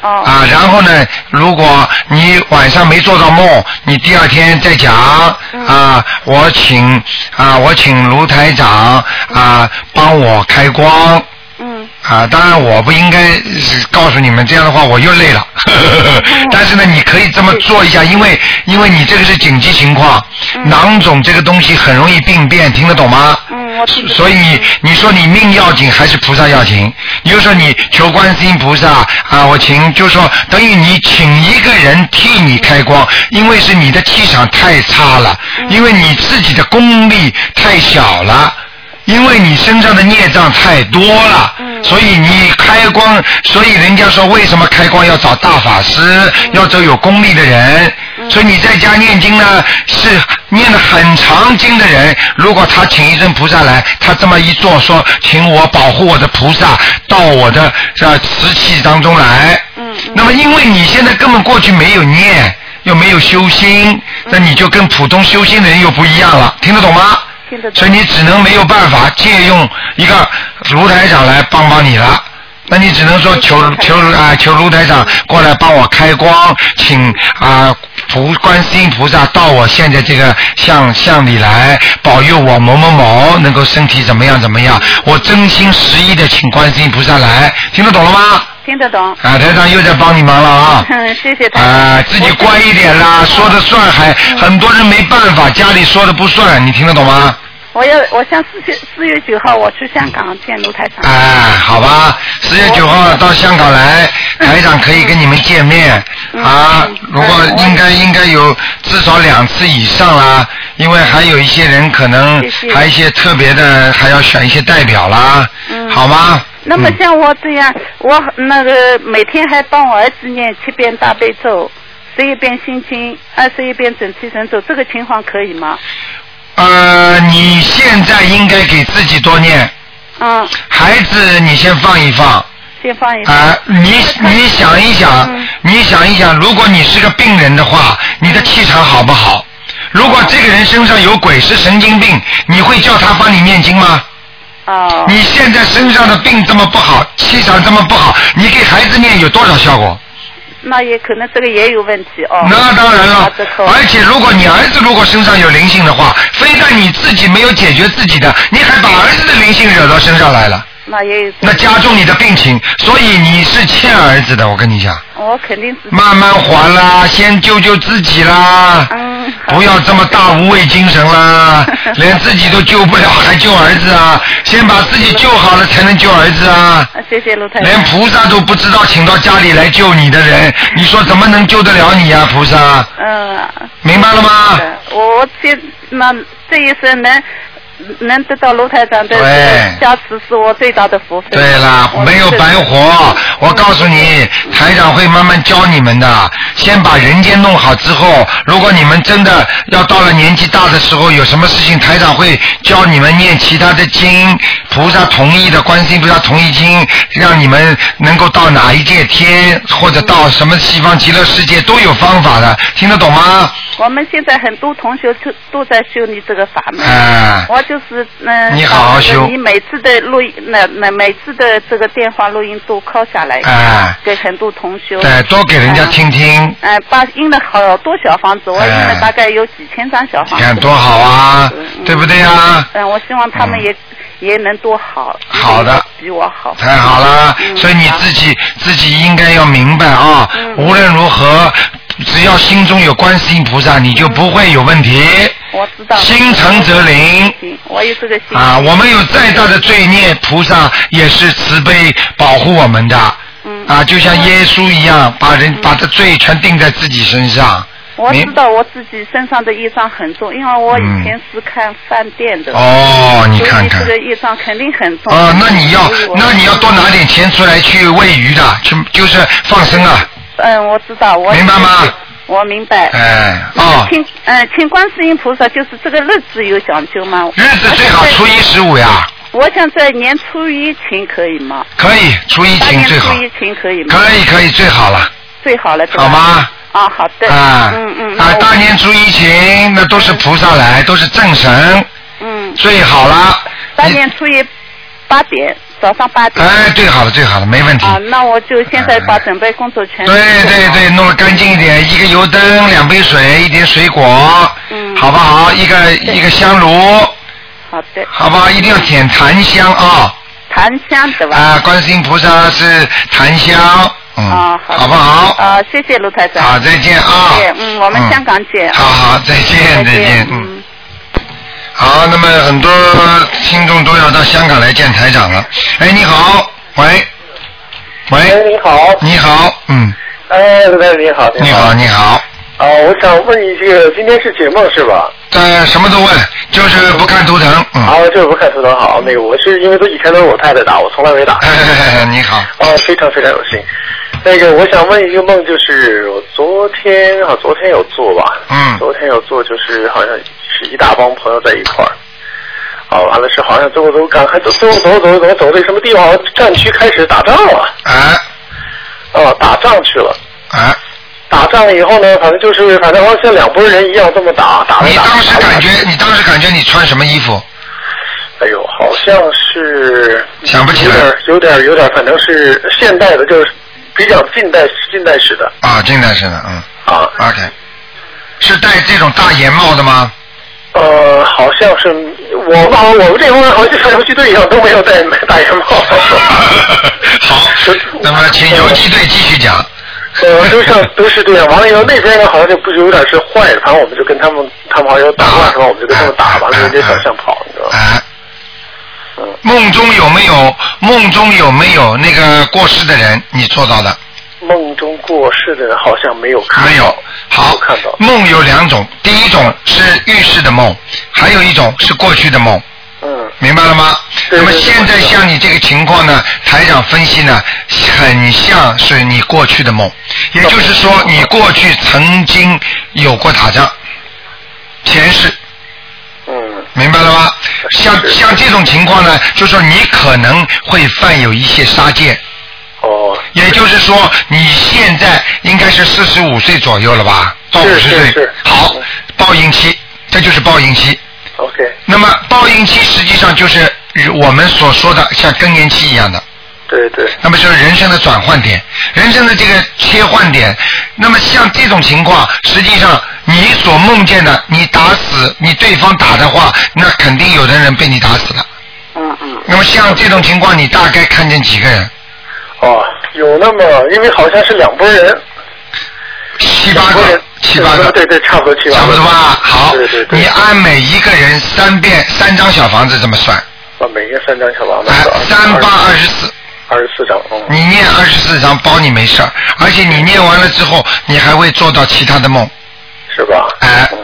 [SPEAKER 5] 哦
[SPEAKER 2] 啊，然后呢，如果你晚上没做到梦，你第二天再讲
[SPEAKER 5] 嗯
[SPEAKER 2] 啊，我请啊，我请卢台长啊帮我开光
[SPEAKER 5] 嗯
[SPEAKER 2] 啊，当然我不应该呃告诉你们，这样的话我又累了。
[SPEAKER 5] 嗯
[SPEAKER 2] [laughs] 但是呢，你可以这么做一下，因为因为你这个是紧急情况，
[SPEAKER 5] 嗯
[SPEAKER 2] 囊肿这个东西很容易病变，听得懂吗？
[SPEAKER 5] 嗯，我知道
[SPEAKER 2] [laughs] 所以你你说你命要紧还是菩萨要紧？你就说你求观世音菩萨啊，我请，就说等于你请一个人替你开光，因为是你的气场太差了，因为你自己的功力太小了。因为你身上的孽障太多了，所以你开光，所以人家说为什么开光要找大法师，要找有功力的人。所以你在家念经呢，是念了很长经的人，如果他请一尊菩萨来，他这么一做说，请我保护我的菩萨到我的呃瓷器当中来。那么因为你现在根本过去没有念，又没有修心，那你就跟普通修心的人又不一样了，听得懂吗？
[SPEAKER 5] 听得懂
[SPEAKER 2] 所以你只能没有办法借用一个卢台长来帮帮你了。那你只能说求求啊、求卢台长过来帮我开光，请啊、菩观世音菩萨到我现在这个像像里来保佑我某某某能够身体怎么样怎么样，我真心实意的请观世音菩萨来，听得懂了吗？
[SPEAKER 5] 听得懂。
[SPEAKER 2] 啊，台长又在帮你忙了
[SPEAKER 5] [laughs]
[SPEAKER 2] 啊！
[SPEAKER 5] 嗯，谢谢台长。
[SPEAKER 2] 啊，自己乖一点啦，说的算还很多人没办法，家里说的不算，你听得懂吗？
[SPEAKER 5] 我要，我想四月四月九号我去香港见卢台长。
[SPEAKER 2] 啊，好吧，四月九号到香港来，台长可以跟你们见面
[SPEAKER 5] 嗯
[SPEAKER 2] 啊。如果应该应该有至少两次以上啦，因为还有一些人可能
[SPEAKER 5] 谢谢
[SPEAKER 2] 还有一些特别的，还要选一些代表啦，好吗？
[SPEAKER 5] 那么
[SPEAKER 2] 嗯
[SPEAKER 5] 像我这样，我那个每天还帮我儿子念七遍大悲咒，十一遍心经，二十一遍准提神咒，这个情况可以吗？
[SPEAKER 2] 呃，你现在应该给自己多念，
[SPEAKER 5] 嗯，
[SPEAKER 2] 孩子你先放一放。
[SPEAKER 5] 先放一放。
[SPEAKER 2] 啊、你你想一想，你想一想，如果你是个病人的话，你的气场好不好？如果这个人身上有鬼是神经病，你会叫他帮你念经吗？
[SPEAKER 5] 哦，
[SPEAKER 2] 你现在身上的病这么不好，气场这么不好，你给孩子念有多少效果？
[SPEAKER 5] 那也可能这个也有问题哦。
[SPEAKER 2] 那当然
[SPEAKER 5] 好
[SPEAKER 2] 了哎
[SPEAKER 5] 的，扣
[SPEAKER 2] 而且如果你儿子如果身上有灵性的话，非但你自己没有解决自己的，你还把儿子的灵性惹到身上来了，
[SPEAKER 5] 那也有。
[SPEAKER 2] 那加重你的病情，所以你是欠儿子的，我跟你讲。
[SPEAKER 5] 我肯定是。
[SPEAKER 2] 慢慢还啦，先救救自己啦，
[SPEAKER 5] 嗯，好
[SPEAKER 2] 不要这么大无畏精神 [laughs] 啦，连自己都救不了，还救儿子啊？先把自己救好了，才能救儿子啊！
[SPEAKER 5] 啊谢谢卢台
[SPEAKER 2] 连
[SPEAKER 5] 长。
[SPEAKER 2] 菩萨都不知道请到家里来救你的人，你说怎么能救得了你呀、啊菩萨？
[SPEAKER 5] 嗯，
[SPEAKER 2] 明白了吗？
[SPEAKER 5] 我我这那这一生能能得到卢台长的
[SPEAKER 2] 对
[SPEAKER 5] 加持，是我最大的福分。
[SPEAKER 2] 对啦，
[SPEAKER 5] 我
[SPEAKER 2] 没有白活。我告诉你，台长会慢慢教你们的。先把人间弄好之后，如果你们真的要到了年纪大的时候，有什么事情，台长会教你们念其他的经，菩萨同意的，观世音菩萨同意经，让你们能够到哪一界天，或者到什么西方极乐世界都有方法的，听得懂吗？
[SPEAKER 5] 我们现在很多同学都都在修你这个法门。
[SPEAKER 2] 哎、
[SPEAKER 5] 我就是嗯，
[SPEAKER 2] 你好好修
[SPEAKER 5] 把那个你每次的录音，那那每次的这个电话录音都拷下来，
[SPEAKER 2] 哎
[SPEAKER 5] 给很多同学。
[SPEAKER 2] 对，哎多给人家听听。
[SPEAKER 5] 哎，把印了好多小房子，我印了
[SPEAKER 2] 哎
[SPEAKER 5] 大概有几千张小房
[SPEAKER 2] 你
[SPEAKER 5] 子。
[SPEAKER 2] 看多好啊，对不对啊？
[SPEAKER 5] 嗯，我希望他们也、也能多好。
[SPEAKER 2] 好的
[SPEAKER 5] 比我好。
[SPEAKER 2] 太好了，
[SPEAKER 5] 嗯
[SPEAKER 2] 所以你自己自己应该要明白啊，
[SPEAKER 5] 嗯
[SPEAKER 2] 无论如何，只要心中有观世音菩萨，你就不会有问题。
[SPEAKER 5] 我知道。
[SPEAKER 2] 心诚则灵
[SPEAKER 5] 行，我有这个心。
[SPEAKER 2] 啊，我们有再大的罪孽，菩萨也是慈悲保护我们的
[SPEAKER 5] 嗯。
[SPEAKER 2] 啊，就像耶稣一样，把人把这罪全定在自己身上。
[SPEAKER 5] 我
[SPEAKER 2] 明
[SPEAKER 5] 知道我自己身上的业障很重，因为我以前是看饭店的。
[SPEAKER 2] 哦，你看看
[SPEAKER 5] 所以这。个业障肯定很重。
[SPEAKER 2] 哦，那你要
[SPEAKER 5] 所以我
[SPEAKER 2] 那你要多拿点钱出来去喂鱼的，去就是放生啊，
[SPEAKER 5] 嗯，我知道，我
[SPEAKER 2] 明白吗？
[SPEAKER 5] 我明白。
[SPEAKER 2] 哎，哦。
[SPEAKER 5] 请嗯，请观世音菩萨，就是这个日子有讲究吗？
[SPEAKER 2] 日子最好初一十五呀，
[SPEAKER 5] 我想在年初一请可以吗？
[SPEAKER 2] 可以初一
[SPEAKER 5] 大
[SPEAKER 2] 请
[SPEAKER 5] 年
[SPEAKER 2] 最好
[SPEAKER 5] 初，一请可以吗？
[SPEAKER 2] 可以可以最好了，
[SPEAKER 5] 最好了，对吧
[SPEAKER 2] 好？吗？
[SPEAKER 5] 啊，好的。
[SPEAKER 2] 啊
[SPEAKER 5] 嗯嗯。那
[SPEAKER 2] 啊，
[SPEAKER 5] 我
[SPEAKER 2] 大年初一请那都是菩萨来，都是正神，
[SPEAKER 5] 嗯，
[SPEAKER 2] 最好了。
[SPEAKER 5] 大
[SPEAKER 2] 你
[SPEAKER 5] 年初一八点，早上八点。
[SPEAKER 2] 哎，最好了最好了，没问题。
[SPEAKER 5] 啊，那我就现在把准备工作全
[SPEAKER 2] 对
[SPEAKER 5] 部做好
[SPEAKER 2] 对对，弄得干净一点，一个油灯，两杯水，一点水果，
[SPEAKER 5] 嗯
[SPEAKER 2] 好不好？一个一个香炉，
[SPEAKER 5] 好的，
[SPEAKER 2] 好不好？一定要点檀香啊！
[SPEAKER 5] 檀香对嗯吧？
[SPEAKER 2] 啊，观世音菩萨是檀香，嗯
[SPEAKER 5] 啊，，好的，
[SPEAKER 2] 好不好？
[SPEAKER 5] 啊，谢谢卢台长。
[SPEAKER 2] 好，再见啊！
[SPEAKER 5] 谢谢嗯，我们香港见。
[SPEAKER 2] 好好，再见，再见，嗯。。好，那么很多听众都要到香港来见台长了。哎，你好，喂，
[SPEAKER 6] 哎，
[SPEAKER 2] 喂，
[SPEAKER 6] 你好，
[SPEAKER 2] 你好，嗯，
[SPEAKER 6] 哎，卢台长你好，
[SPEAKER 2] 你好，你好，
[SPEAKER 6] 啊，我想问一句，今天是解梦是吧？
[SPEAKER 2] 对，但呃什么都问，就是不看图腾。嗯，
[SPEAKER 6] 啊，这个不看图腾好，那个我是因为都以前都是我太太打，我从来没打。
[SPEAKER 2] 哎哎哎 [laughs] 你好，
[SPEAKER 6] 哦，非常非常有幸。那个我想问一个梦，就是我昨天啊，昨天有做吧？
[SPEAKER 2] 嗯
[SPEAKER 6] 昨天有做，就是好像是一大帮朋友在一块儿。哦，完了是好像走走走，赶快走走走走走走，那什么地方战区开始打仗了？
[SPEAKER 2] 哎
[SPEAKER 6] 哦，打仗去了。
[SPEAKER 2] 哎，
[SPEAKER 6] 打仗了以后呢，反正就是反正好像两拨人一样这么打，打了
[SPEAKER 2] 你
[SPEAKER 6] 打着。
[SPEAKER 2] 当时
[SPEAKER 6] 打着打着
[SPEAKER 2] 感觉，你当时感觉你穿什么衣服？
[SPEAKER 6] 哎呦，好像是
[SPEAKER 2] 想不起来
[SPEAKER 6] 有点儿有点儿有点儿，反正是现代的，就是比较近代近代史的
[SPEAKER 2] 啊，近代式的，嗯
[SPEAKER 6] 啊，
[SPEAKER 2] ，OK，是戴这种大檐帽的 [laughs] 吗？
[SPEAKER 6] 呃，好像是我吧，我们这帮人好像就像游击队一样都没有戴大檐帽。
[SPEAKER 2] [laughs] 好，那么请游击队继续讲。
[SPEAKER 6] 呃，都像都是这样，完了以后那边呢好像就不是有点是坏的，反正我们就跟他们，他们好像有打乱什么，我们就跟他们打，
[SPEAKER 2] 啊
[SPEAKER 6] 完了人家小巷跑，你知道吗？
[SPEAKER 2] 哎
[SPEAKER 6] 嗯，
[SPEAKER 2] 梦中有没有梦中有没有那个过世的人？你做到的
[SPEAKER 6] 梦中过世的人好像没有看到，
[SPEAKER 2] 没有？好
[SPEAKER 6] 没有看到，
[SPEAKER 2] 梦有两种，第一种是预示的梦，还有一种是过去的梦，
[SPEAKER 6] 嗯，
[SPEAKER 2] 明白了吗？
[SPEAKER 6] 对
[SPEAKER 2] 那么
[SPEAKER 6] 对对
[SPEAKER 2] 现在
[SPEAKER 6] 我知道
[SPEAKER 2] 像你这个情况呢，台长分析呢，很像是你过去的梦，也就是说你过去曾经有过打仗，前世。
[SPEAKER 6] 嗯，
[SPEAKER 2] 明白了吗？像
[SPEAKER 6] 是
[SPEAKER 2] 像这种情况呢，就说你可能会犯有一些杀戒，
[SPEAKER 6] 哦，
[SPEAKER 2] 也就是说你现在应该是四十五岁左右了吧，到五
[SPEAKER 6] 是
[SPEAKER 2] 十
[SPEAKER 6] 是
[SPEAKER 2] 岁
[SPEAKER 6] 是，
[SPEAKER 2] 好，报应期，这就是报应期。
[SPEAKER 6] OK，
[SPEAKER 2] 那么报应期实际上就是与我们所说的像更年期一样的，
[SPEAKER 6] 对对，
[SPEAKER 2] 那么就是人生的转换点，人生的这个切换点。那么像这种情况，实际上你所梦见的，你打死你对方打的话，那肯定有的人被你打死了。
[SPEAKER 6] 嗯嗯。
[SPEAKER 2] 那么像这种情况，你大概看见几个人？
[SPEAKER 6] 哦，有那么，因为好像是两拨人，
[SPEAKER 2] 七八
[SPEAKER 6] 两拨人
[SPEAKER 2] 个，七八个，
[SPEAKER 6] 对对，差不多七八个，
[SPEAKER 2] 差不多吧？好
[SPEAKER 6] 对对，对，
[SPEAKER 2] 你按每一个人三遍三张小房子这么算，
[SPEAKER 6] 啊，每个三张小王八
[SPEAKER 2] 哎，三八二
[SPEAKER 6] 二
[SPEAKER 2] 十四，
[SPEAKER 6] 二十四张，嗯，
[SPEAKER 2] 你念二十四张，包你没事儿。而且你念完了之后，你还会做到其他的梦。
[SPEAKER 6] 是吧？
[SPEAKER 2] 哎
[SPEAKER 6] 嗯，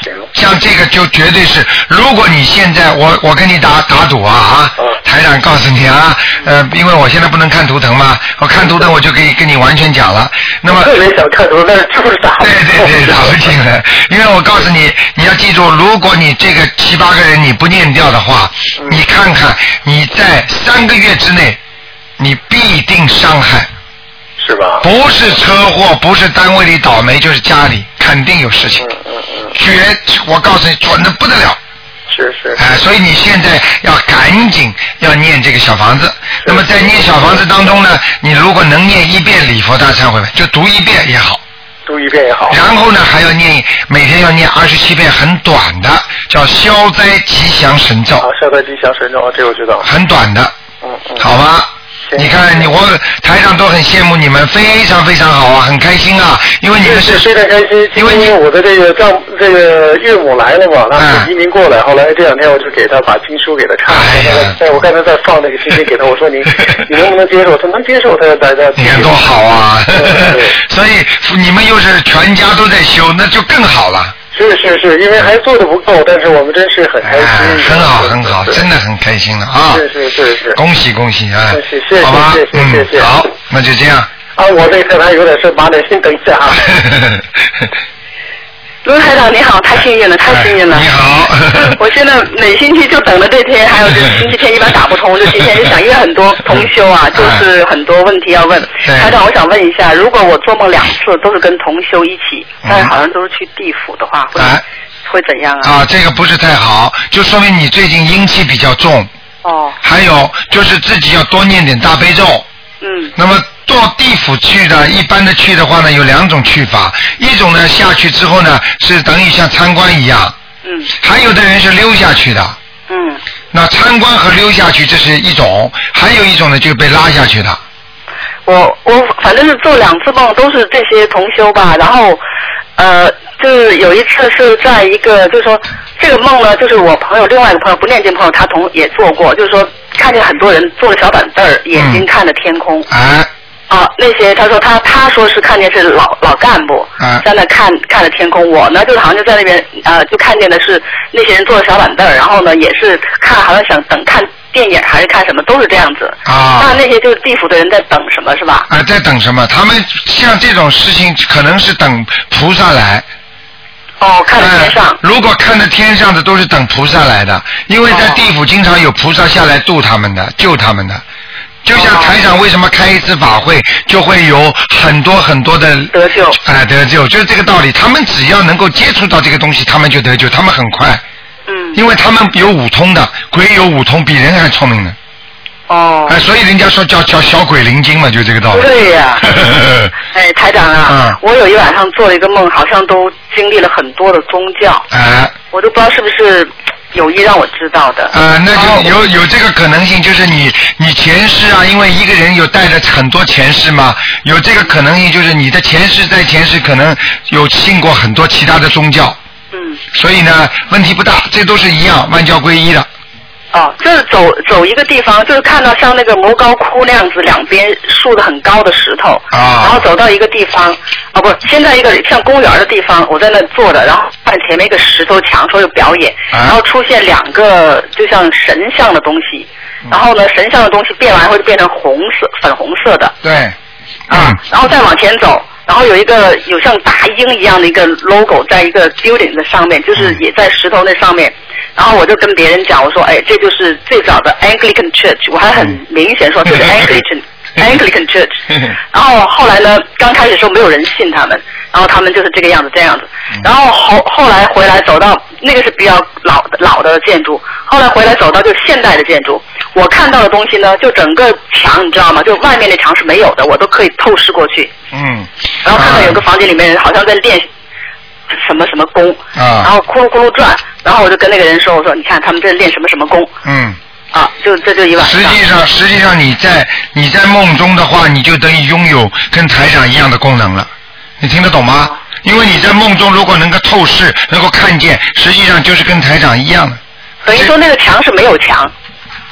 [SPEAKER 6] 行，
[SPEAKER 2] 像这个就绝对是，如果你现在我我跟你打打赌啊啊
[SPEAKER 6] 嗯，
[SPEAKER 2] 台长告诉你啊，呃，因为我现在不能看图腾嘛，我看图腾我就可以跟你完全讲了。那么
[SPEAKER 6] 特别想看图，但是就是打不
[SPEAKER 2] 对
[SPEAKER 6] 进，
[SPEAKER 2] 对对，打不进来。因为我告诉你，你要记住，如果你这个七八个人你不念掉的话，你看看你在三个月之内，你必定伤害，
[SPEAKER 6] 是吧？
[SPEAKER 2] 不是车祸，不是单位里倒霉，就是家里肯定有事情
[SPEAKER 6] 嗯，嗯嗯，
[SPEAKER 2] 绝！我告诉你，准的不得了。
[SPEAKER 6] 是是，
[SPEAKER 2] 哎、所以你现在要赶紧要念这个小房子。那么在念小房子当中呢，你如果能念一遍礼佛大忏悔文，就读一遍也好。
[SPEAKER 6] 读一遍也好，
[SPEAKER 2] 然后呢，还要念每天要念二十七遍，很短的，叫消灾吉祥神咒
[SPEAKER 6] 好，，消灾吉祥神咒，这我知道，
[SPEAKER 2] 很短的，
[SPEAKER 6] 嗯嗯，
[SPEAKER 2] 好吗？
[SPEAKER 6] 行
[SPEAKER 2] 你看你我台上都很羡慕你们，非常非常好啊，很开心啊，因为你
[SPEAKER 6] 这
[SPEAKER 2] 们
[SPEAKER 6] 是
[SPEAKER 2] 是
[SPEAKER 6] 非常开心，
[SPEAKER 2] 因
[SPEAKER 6] 因
[SPEAKER 2] 为你
[SPEAKER 6] 为我的这个丈这个岳母来了嘛，她
[SPEAKER 2] 嗯
[SPEAKER 6] 是移民过来，后来这两天我就给她把经书给她看，
[SPEAKER 2] 哎呀
[SPEAKER 6] 在我刚才在放那个信息给她，我说你你能不能接受？她能接受，她在在。
[SPEAKER 2] 你看多好啊
[SPEAKER 6] 对对，
[SPEAKER 2] [laughs] 所以你们又是全家都在修，那就更好了。
[SPEAKER 6] 是是是，因为还做的不够，但是我们真是很开
[SPEAKER 2] 哎
[SPEAKER 6] 心，，
[SPEAKER 2] 很好很好，
[SPEAKER 6] 对
[SPEAKER 2] 真的很开心了啊！
[SPEAKER 6] 是是是是。
[SPEAKER 2] 恭喜恭喜啊
[SPEAKER 6] 谢谢！
[SPEAKER 2] 好吧
[SPEAKER 6] 谢谢，谢谢
[SPEAKER 2] 嗯，好，那就这样。
[SPEAKER 6] 啊，我这可能有点事，麻点心，等一下啊。
[SPEAKER 7] 卢台长你好，太幸运了，太幸运了。
[SPEAKER 2] 哎你好
[SPEAKER 7] [laughs] 我现在每星期就等着这天，还有就是星期天一般打不通，我就今天就想，因为很多同修
[SPEAKER 2] [laughs]
[SPEAKER 7] 啊，就是很多问题要问。
[SPEAKER 2] 嗯哎对
[SPEAKER 7] 台长，我想问一下，如果我做梦两次都是跟同修一起，
[SPEAKER 2] 嗯
[SPEAKER 7] 但是好像都是去地府的话，会
[SPEAKER 2] [laughs] 哎
[SPEAKER 7] 会怎样啊？
[SPEAKER 2] 啊，这个不是太好，就说明你最近阴气比较重，
[SPEAKER 7] 哦，
[SPEAKER 2] 还有就是自己要多念点大悲咒。
[SPEAKER 7] 嗯，
[SPEAKER 2] 那么到地府去的，一般的去的话呢，有两种去法，一种呢下去之后呢是等于像参观一样，
[SPEAKER 7] 嗯，
[SPEAKER 2] 还有的人是溜下去的。
[SPEAKER 7] 嗯，
[SPEAKER 2] 那参观和溜下去这是一种，还有一种呢就是被拉下去的。
[SPEAKER 7] 我我反正是做两次梦，都是这些同修吧。然后，呃，就是有一次是在一个，就是说这个梦呢，就是我朋友另外一个朋友不念经朋友，他
[SPEAKER 2] 嗯
[SPEAKER 7] 同也做过，就是说看见很多人坐着小板凳儿，眼睛看着天空。
[SPEAKER 2] 哎，
[SPEAKER 5] 啊，那些他说他他说是看见是老老干部
[SPEAKER 2] 啊
[SPEAKER 5] 在那看看着天空，我呢就好像就在那边呃就看见的是那些人坐着小板凳儿，然后呢也是看好像想等看电影还是看什么都是这样子。
[SPEAKER 2] 啊
[SPEAKER 5] 那那些就是地府的人在等什么是吧？
[SPEAKER 2] 啊，在等什么？他们像这种事情，可能是等菩萨来。
[SPEAKER 5] 哦，看着天上
[SPEAKER 2] 哎。如果看着天上的，都是等菩萨来的，因为在
[SPEAKER 5] 哦
[SPEAKER 2] 地府经常有菩萨下来度他们的、救他们的。就像
[SPEAKER 5] 哦
[SPEAKER 2] 台长为什么开一次法会，就会有很多很多的
[SPEAKER 5] 得救
[SPEAKER 2] 哎得救，就是这个道理。他们只要能够接触到这个东西，他们就得救，他们很快，
[SPEAKER 5] 嗯，
[SPEAKER 2] 因为他们有五通的，鬼有五通，比人还聪明呢。
[SPEAKER 5] 哦
[SPEAKER 2] 哎，，所以人家说叫叫小鬼灵精嘛，就这个道理。
[SPEAKER 5] 对呀哎，台长啊
[SPEAKER 2] 嗯，
[SPEAKER 5] 我有一晚上做了一个梦，好像都经历了很多的宗教，
[SPEAKER 2] [laughs] 哎。
[SPEAKER 5] 我都不知道是不是有意让我知道的。
[SPEAKER 2] 呃，那
[SPEAKER 5] 哦
[SPEAKER 2] 就有有这个可能性，就是你你前世啊，因为一个人有带着很多前世嘛，有这个可能性，就是你的前世在前世可能有信过很多其他的宗教，
[SPEAKER 5] 嗯，
[SPEAKER 2] 所以呢问题不大，这都是一样，万教归一的。
[SPEAKER 5] 哦，就是走走一个地方，就是看到像那个摩高窟那样子，两边竖的很高的石头，
[SPEAKER 2] 啊
[SPEAKER 5] 然后走到一个地方，啊不，先在一个像公园的地方，我在那坐着，然后看前面一个石头墙，说有表演，
[SPEAKER 2] 啊
[SPEAKER 5] 然后出现两个就像神像的东西，
[SPEAKER 2] 嗯
[SPEAKER 5] 然后呢，神像的东西变完会变成红色、粉红色的，
[SPEAKER 2] 对，嗯
[SPEAKER 5] 啊，然后再往前走，然后有一个有像大鹰一样的一个 logo 在一个 building 的上面，就是也在石头那上面。然后我就跟别人讲，我说，哎，这就是最早的 Anglican Church，我还很明显说这
[SPEAKER 2] [laughs] 嗯
[SPEAKER 5] 是 Anglican Anglican Church。然后后来呢，刚开始的时候没有人信他们，然后他们就是这个样子这样子。然后后后来回来走到那个是比较老的老的建筑，后来回来走到就是现代的建筑。我看到的东西呢，就整个墙你知道吗？就外面的墙是没有的，我都可以透视过去。
[SPEAKER 2] 嗯嗯，
[SPEAKER 5] 然后看到有个
[SPEAKER 2] 啊
[SPEAKER 5] 房间里面人好像在练什么什么功，
[SPEAKER 2] 啊
[SPEAKER 5] 然后咕噜咕噜转，然后我就跟那个人说，我说你看他们这练什么什么功
[SPEAKER 2] 嗯。
[SPEAKER 5] 啊，就这就一晚
[SPEAKER 2] 实
[SPEAKER 5] 上。
[SPEAKER 2] 际上，实际上你在你在梦中的话，你就等于拥有跟台长一样的功能了。你听得懂吗？因为你在梦中如果能够透视，能够看见，实际上就是跟台长一样的。
[SPEAKER 5] 等于说那个墙是没有墙，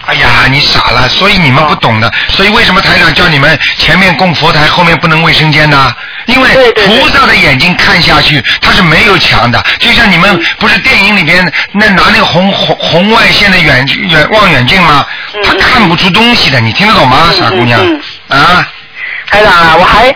[SPEAKER 2] 哎呀，你傻了，所以你们不懂的，
[SPEAKER 5] 哦
[SPEAKER 2] 所以为什么台长叫你们前面供佛台，后面不能卫生间呢？因为
[SPEAKER 5] 对对对
[SPEAKER 2] 菩萨的眼睛看下去，它是没有墙的，就像你
[SPEAKER 5] 嗯
[SPEAKER 2] 们不是电影里边那拿那个红红红外线的远远望远镜吗？
[SPEAKER 5] 嗯
[SPEAKER 2] 他看不出东西的，你听得懂吗，
[SPEAKER 5] 嗯
[SPEAKER 2] 傻姑娘
[SPEAKER 5] 嗯？
[SPEAKER 2] 啊，
[SPEAKER 5] 台长啊，我还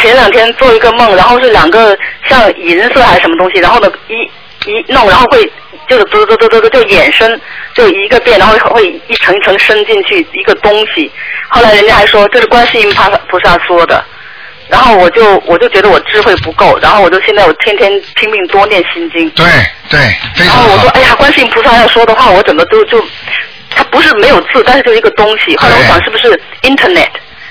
[SPEAKER 5] 前两天做一个梦，然后是两个像银色还是什么东西，然后呢一一弄，然后会就是嘟嘟嘟嘟嘟就延伸，就一个变，然后会一层一层伸进去一个东西。后来人家还说这是观世音菩萨菩萨说的，然后我就我就觉得我智慧不够，然后我就现在我天天拼命多念心经，
[SPEAKER 2] 对对，非
[SPEAKER 5] 然
[SPEAKER 2] 常
[SPEAKER 5] 后我
[SPEAKER 2] 好。
[SPEAKER 5] 说哎呀，观世音菩萨要说的话，我怎么都就它不是没有字，但是就是一个东西。后来我想是不是 Internet？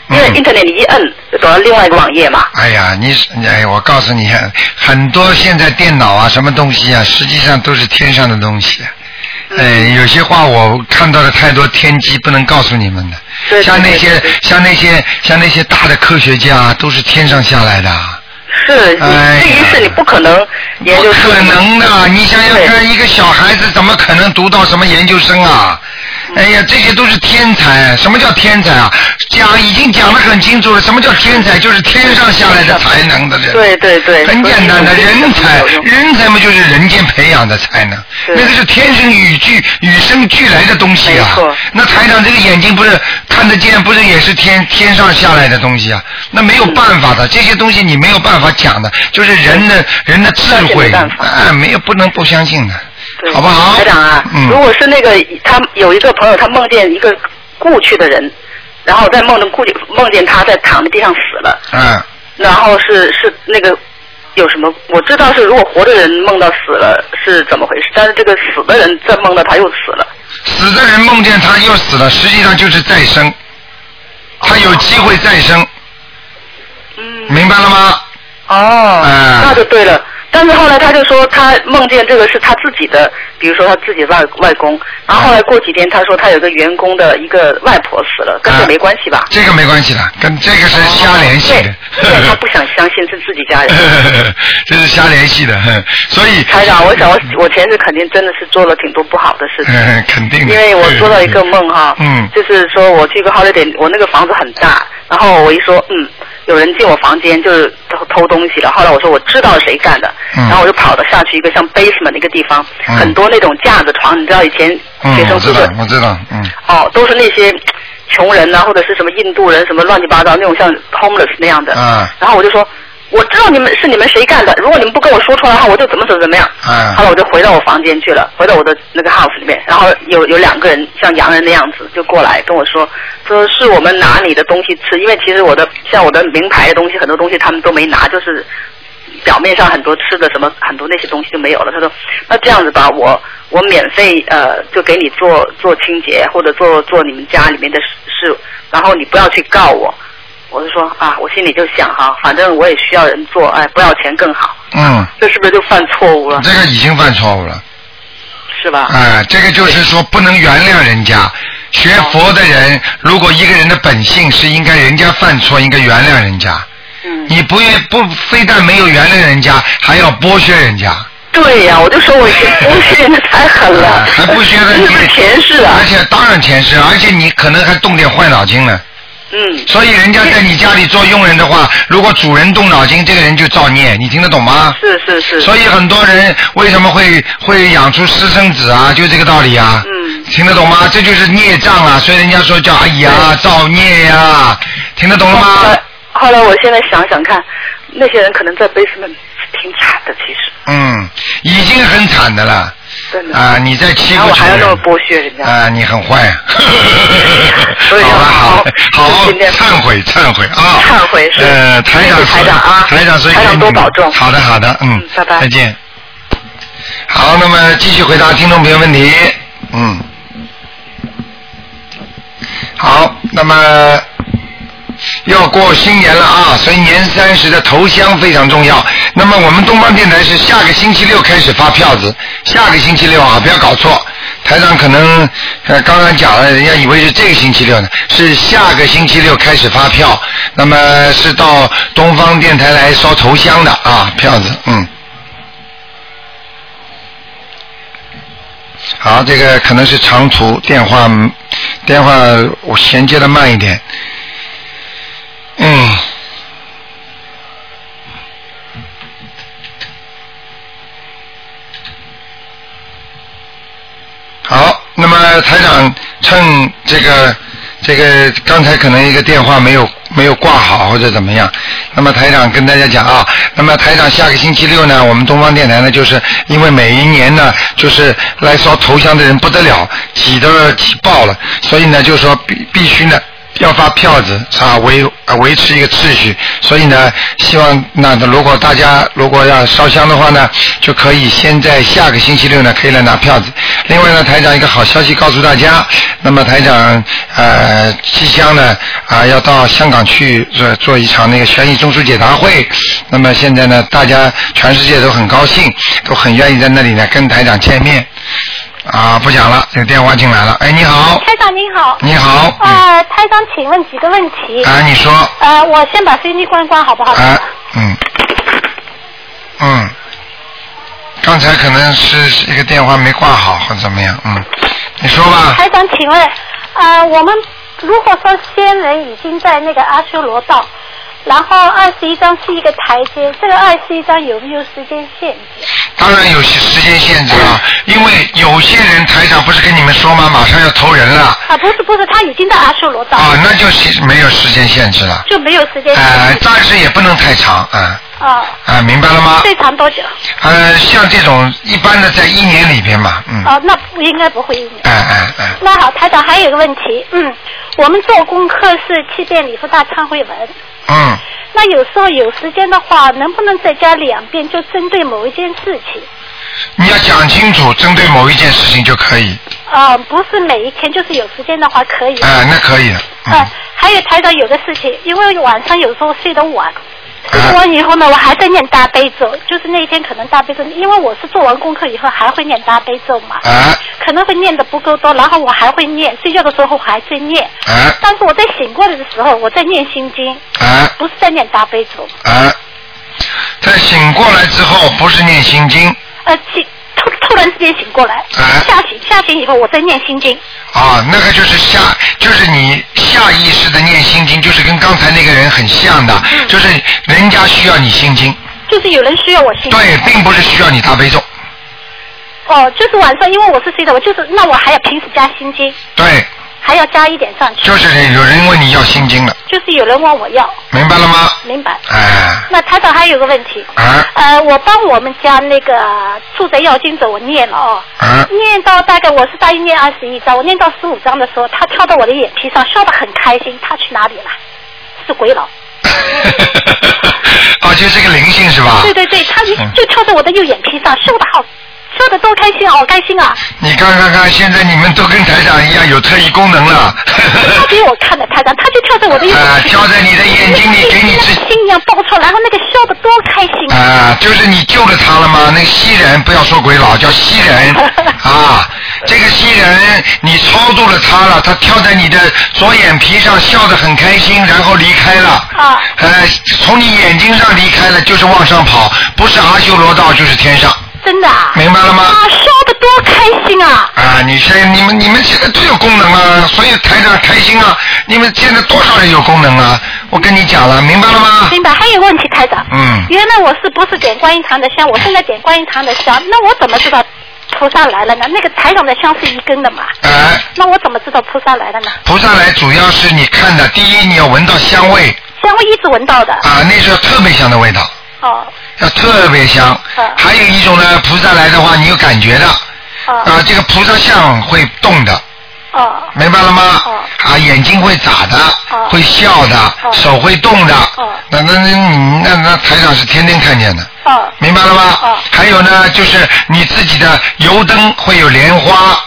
[SPEAKER 5] 因哎为
[SPEAKER 2] 嗯
[SPEAKER 5] Internet 你一摁就走到另外一个网页嘛。
[SPEAKER 2] 哎呀，你哎，我告诉你，很多现在电脑啊，什么东西啊，实际上都是天上的东西。
[SPEAKER 5] 嗯
[SPEAKER 2] 呃，有些话我看到的太多天机，不能告诉你们的。
[SPEAKER 5] 对对
[SPEAKER 2] 像那些
[SPEAKER 5] 对对
[SPEAKER 2] 像那些像那些大的科学家啊，都是天上下来的啊。
[SPEAKER 5] 是，你
[SPEAKER 2] 哎呀
[SPEAKER 5] 这一世你不可能研究出
[SPEAKER 2] 不可能的，你想想看，一个小孩子怎么可能读到什么研究生啊？哎呀，这些都是天才。什么叫天才啊？讲已经讲得很清楚了，什么叫天才？就是天上下来的才能的人。
[SPEAKER 5] 对对对
[SPEAKER 2] 很简单的
[SPEAKER 5] 所以
[SPEAKER 2] 人才
[SPEAKER 5] 有，用
[SPEAKER 2] 人才嘛就是人间培养的才能，
[SPEAKER 5] 是
[SPEAKER 2] 那个是天生与俱与生俱来的东西啊
[SPEAKER 5] 没错。
[SPEAKER 2] 那台长这个眼睛不是看得见，不是也是天天上下来的东西啊？那没有办法的，这些东西你没有办法讲的，就是人的人的智
[SPEAKER 5] 那是
[SPEAKER 2] 慧，
[SPEAKER 5] 没办法
[SPEAKER 2] 哎，没有不能不相信的，
[SPEAKER 5] 对
[SPEAKER 2] 好不好？
[SPEAKER 5] 台长啊，
[SPEAKER 2] 嗯，
[SPEAKER 5] 如果是那个他有一个朋友，他梦见一个故去的人，然后在梦中故去梦见他在躺在地上死了，
[SPEAKER 2] 嗯，
[SPEAKER 5] 然后是是那个有什么？我知道是如果活的人梦到死了是怎么回事，但是这个死的人再梦到他又死了。
[SPEAKER 2] 死的人梦见他又死了，实际上就是再生，他有机会再生，
[SPEAKER 5] 哦嗯。
[SPEAKER 2] 明白了吗？
[SPEAKER 5] 哦。
[SPEAKER 2] 哎
[SPEAKER 5] 那就对了。但是后来他就
[SPEAKER 2] [laughs]
[SPEAKER 5] 说他梦见这个是他自己的，比如说他自己外外公。然后后来
[SPEAKER 2] 啊
[SPEAKER 5] 过几天他说他有个员工的一个外婆死了，跟
[SPEAKER 2] 啊
[SPEAKER 5] 这没关系吧？
[SPEAKER 2] 这个没关系的，跟这个是瞎联系的。
[SPEAKER 5] 对，哦对哎他不想相信是自己家人。
[SPEAKER 2] [laughs] 这是瞎联系的，哼所以
[SPEAKER 5] 台长，我想我我前世肯定真的是做了挺多不好的事情。
[SPEAKER 2] 嗯，肯定的。
[SPEAKER 5] 因为我做了一个梦哈，
[SPEAKER 2] 嗯
[SPEAKER 5] 就是说我去一个 holiday，我那个房子很大，然后我一说，嗯，有人进我房间就是偷偷东西了，后来我说我知道谁干的，
[SPEAKER 2] 嗯
[SPEAKER 5] 然后我就跑到下去一个像 basement 的一个地方，
[SPEAKER 2] 嗯
[SPEAKER 5] 很多那种架子床，你知道以前
[SPEAKER 2] 嗯，
[SPEAKER 5] 学
[SPEAKER 2] 我
[SPEAKER 5] 生
[SPEAKER 2] 知
[SPEAKER 5] 宿
[SPEAKER 2] 道
[SPEAKER 5] 舍、，
[SPEAKER 2] 我知道，嗯
[SPEAKER 5] 哦，都是那些穷人啊呐、或者是什么印度人什么乱七八糟那种像 homeless 那样的，
[SPEAKER 2] 啊
[SPEAKER 5] 然后我就说。我知道你们是你们谁干的，如果你们不跟我说出来的话，我就怎么怎么怎么样。后
[SPEAKER 2] 啊
[SPEAKER 5] 来我就回到我房间去了，回到我的那个 house 里面，然后有有两个人像洋人的样子就过来跟我说，说是我们拿你的东西吃，因为其实我的像我的名牌的东西很多东西他们都没拿，就是表面上很多吃的什么很多那些东西就没有了。他说那这样子吧，我我免费呃就给你做做清洁或者做做你们家里面的事，事然后你不要去告我。我就说啊，我心里就想哈、反正我也需要人做，哎，不要钱更好，
[SPEAKER 2] 嗯，
[SPEAKER 5] 这是不是就犯错误了？
[SPEAKER 2] 这个已经犯错误了。
[SPEAKER 5] 是吧？
[SPEAKER 2] 啊，这个就是说不能原谅人家。学佛的
[SPEAKER 5] 哦
[SPEAKER 2] 人，如果一个人的本性是应该人家犯错，应该原谅人家。
[SPEAKER 5] 嗯
[SPEAKER 2] 你不愿不非但没有原谅人家，还要剥削人家。
[SPEAKER 5] 对呀、我就说我
[SPEAKER 2] [laughs]
[SPEAKER 5] 以前不学的太狠了
[SPEAKER 2] 啊，还不觉得
[SPEAKER 5] 是
[SPEAKER 2] 你
[SPEAKER 5] 不是前世啊
[SPEAKER 2] 而？且当然前世，而且你可能还动点坏脑筋了。
[SPEAKER 5] 嗯，
[SPEAKER 2] 所以人家在你家里做佣人的话，如果主人动脑筋，这个人就造孽，你听得懂吗？
[SPEAKER 5] 嗯是是是，
[SPEAKER 2] 所以很多人为什么会会养出私生子啊？就这个道理啊。
[SPEAKER 5] 嗯
[SPEAKER 2] 听得懂吗？这就是孽障啊！所以人家说叫哎呀造孽呀、听得懂了
[SPEAKER 5] 后
[SPEAKER 2] 吗
[SPEAKER 5] 来？后来我现在想想看，那些人可能在 basement 是挺惨的，其实
[SPEAKER 2] 嗯，已经很惨的了
[SPEAKER 5] 真的。
[SPEAKER 2] 啊、你在欺
[SPEAKER 5] 然
[SPEAKER 2] 负
[SPEAKER 5] 后我
[SPEAKER 2] 穷
[SPEAKER 5] 还要
[SPEAKER 2] 人
[SPEAKER 5] 那么剥削人家。
[SPEAKER 2] 啊、你很坏、啊。
[SPEAKER 5] [laughs] 所以
[SPEAKER 2] 好吧，好
[SPEAKER 5] 好，
[SPEAKER 2] 好好
[SPEAKER 5] 今天
[SPEAKER 2] 忏悔，忏悔啊！
[SPEAKER 5] 忏悔是
[SPEAKER 2] 呃，台长
[SPEAKER 5] 谢
[SPEAKER 2] 说，
[SPEAKER 5] 谢台长啊
[SPEAKER 2] 台长所以
[SPEAKER 5] 台长
[SPEAKER 2] 给你
[SPEAKER 5] 多
[SPEAKER 2] 们
[SPEAKER 5] 保重
[SPEAKER 2] 好的，好的，嗯
[SPEAKER 5] 嗯，拜拜
[SPEAKER 2] 再见。好，那么继续回答听众朋友问题。嗯，好，那么要过新年了啊，所以年三十的头香非常重要。那么我们东方电台是下个星期六开始发票子，下个星期六啊，不要搞错。台长可能呃刚刚讲了，人家以为是这个星期六呢，是下个星期六开始发票，那么是到东方电台来烧头香的啊，票子，嗯。好，这个可能是长途电话，嗯电话我衔接的慢一点。嗯。好，那么台长趁这个这个刚才可能一个电话没有没有挂好或者怎么样，那么台长跟大家讲啊，那么台长下个星期六呢，我们东方电台呢，就是因为每一年呢，就是来烧头香的人不得了，挤都挤爆了，所以呢，就说必必须呢。要发票子啊，维啊维持一个秩序，所以呢，希望那如果大家如果要烧香的话呢，就可以先在下个星期六呢可以来拿票子。另外呢，台长一个好消息告诉大家，那么台长呃即将呢啊、要到香港去做做一场那个悬疑中枢解答会，那么现在呢，大家全世界都很高兴，都很愿意在那里呢跟台长见面。啊，不讲了，这个电话进来了。哎，你好，
[SPEAKER 8] 台长您好。
[SPEAKER 2] 你好，嗯
[SPEAKER 8] 呃，台长，请问几个问题？
[SPEAKER 2] 啊，你说。
[SPEAKER 8] 呃，我先把收音机关关，好不好？
[SPEAKER 2] 啊，嗯，嗯，刚才可能是一个电话没挂好或怎么样，嗯，你说吧，
[SPEAKER 8] 台长，请问，呃，我们如果说仙人已经在那个阿修罗道，然后二十一章是一个台阶，这个二十一章有没有时间限制？
[SPEAKER 2] 当然有些时间限制啊，因为有些人台长不是跟你们说吗？马上要投人了
[SPEAKER 8] 啊，不是不是，他已经在阿修罗道，
[SPEAKER 2] 啊，那就是没有时间限制了，
[SPEAKER 8] 就没有时间
[SPEAKER 2] 呃
[SPEAKER 8] 限，制。
[SPEAKER 2] 但是也不能太长啊
[SPEAKER 8] 啊、
[SPEAKER 2] 啊，明白了吗？
[SPEAKER 8] 最长哦多久？
[SPEAKER 2] 呃，像这种一般的在一年里边嘛，嗯，
[SPEAKER 8] 哦，那不应该不会一年。
[SPEAKER 2] 哎哎哎，
[SPEAKER 8] 那好，台长还有一个问题，嗯，我们做功课是七遍礼佛大忏悔文，
[SPEAKER 2] 嗯，
[SPEAKER 8] 那有时候有时间的话，能不能再加两遍，就针对某一件事情？
[SPEAKER 2] 你要讲清楚，针对某一件事情就可以，
[SPEAKER 8] 呃，不是每一天，就是有时间的话可
[SPEAKER 2] 啊
[SPEAKER 8] 以。
[SPEAKER 2] 哎、那可以的，嗯。
[SPEAKER 8] 呃，还有台长有个事情，因为晚上有时候睡得晚，
[SPEAKER 2] 哎
[SPEAKER 8] 就是我以后呢，我还在念大悲咒，就是那一天可能大悲咒，因为我是做完功课以后还会念大悲咒嘛，
[SPEAKER 2] 啊
[SPEAKER 8] 可能会念的不够多，然后我还会念，睡觉的时候我还在念，
[SPEAKER 2] 啊
[SPEAKER 8] 但是我在醒过来的时候，我在念心经，
[SPEAKER 2] 啊
[SPEAKER 8] 不是在念大悲咒，
[SPEAKER 2] 啊！在醒过来之后，不是念心经
[SPEAKER 8] 呃，醒突突然之间醒过来，
[SPEAKER 2] 啊
[SPEAKER 8] 吓醒吓醒以后我在念心经，
[SPEAKER 2] 啊，那个就是下，就是你下意识的念心经，就是跟刚才那个人很像的，就是人家需要你心经，
[SPEAKER 8] 就是有人需要我心经，
[SPEAKER 2] 对，并不是需要你大悲咒，
[SPEAKER 8] 哦，就是晚上因为我是睡的，我就是那我还要平时加心经，
[SPEAKER 2] 对，
[SPEAKER 8] 还要加一点上去，
[SPEAKER 2] 就是人有人问你要心经了，
[SPEAKER 8] 就是有人问我要，
[SPEAKER 2] 明白了吗？
[SPEAKER 8] 明白？
[SPEAKER 2] 哎、
[SPEAKER 8] 那台长还有个问题，
[SPEAKER 2] 啊
[SPEAKER 8] 呃，我帮我们家那个呃住在药经者我念了哦， [laughs]
[SPEAKER 2] 啊
[SPEAKER 8] 念到大概我是大约念二十一章，我念到十五章的时候，他跳到我的眼皮上，笑得很开心。他去哪里了？是鬼佬。
[SPEAKER 2] 啊，就是个灵性是吧？
[SPEAKER 8] 对对对，他一
[SPEAKER 2] 嗯
[SPEAKER 8] 就跳到我的右眼皮上，笑得好，笑得多开心，好开心啊！
[SPEAKER 2] 你看看看，现在你们都跟台长一样有特异功能了。
[SPEAKER 8] 他给我看的台长，他就跳在我的右
[SPEAKER 2] 啊
[SPEAKER 8] 眼，皮上。
[SPEAKER 2] 跳在你的眼睛里，给你
[SPEAKER 8] 那
[SPEAKER 2] 自
[SPEAKER 8] 个心一样爆出来，然后那个笑得多开心啊！
[SPEAKER 2] 啊，就是你救了他了吗？那个西人不要说鬼佬，叫西人啊。这个西人，你超度了他了，他跳在你的左眼皮上，笑得很开心，然后离开了。
[SPEAKER 8] [laughs] 啊
[SPEAKER 2] 呃，从你眼睛上离开了，就是往上跑，不是阿修罗道就是天上，
[SPEAKER 8] 真的啊！
[SPEAKER 2] 明白了吗？
[SPEAKER 8] 啊，笑得多开心啊！
[SPEAKER 2] 啊，你现在你们你们现在都有功能啊，所以台长开心啊！你们现在多少人有功能啊？我跟你讲了，明白了吗？
[SPEAKER 8] 明白，还有问题，台长。
[SPEAKER 2] 嗯
[SPEAKER 8] 原来我是不是点观音堂的香？我现在点观音堂的香，那我怎么知道菩萨来了呢？那个台长的香是一根的嘛？
[SPEAKER 2] 哎、
[SPEAKER 8] 那我怎么知道菩萨来了呢？
[SPEAKER 2] 菩萨来主要是你看的，第一你要闻到香味
[SPEAKER 8] 香味一直闻到的。
[SPEAKER 2] 啊，那是要特别香的味道，
[SPEAKER 8] 哦
[SPEAKER 2] 要特别香。还有一种呢，菩萨来的话你有感觉的，
[SPEAKER 8] 哦
[SPEAKER 2] 啊，这个菩萨像会动的，
[SPEAKER 8] 哦
[SPEAKER 2] 明白了吗
[SPEAKER 8] 哦？
[SPEAKER 2] 啊，眼睛会眨的，
[SPEAKER 8] 哦
[SPEAKER 2] 会笑的，
[SPEAKER 8] 哦
[SPEAKER 2] 手会动的
[SPEAKER 8] 哦，
[SPEAKER 2] 那那那你那那台长是天天看见的。
[SPEAKER 8] 哦
[SPEAKER 2] 明白了吗？
[SPEAKER 8] 哦
[SPEAKER 2] 还有呢，就是你自己的油灯会有莲花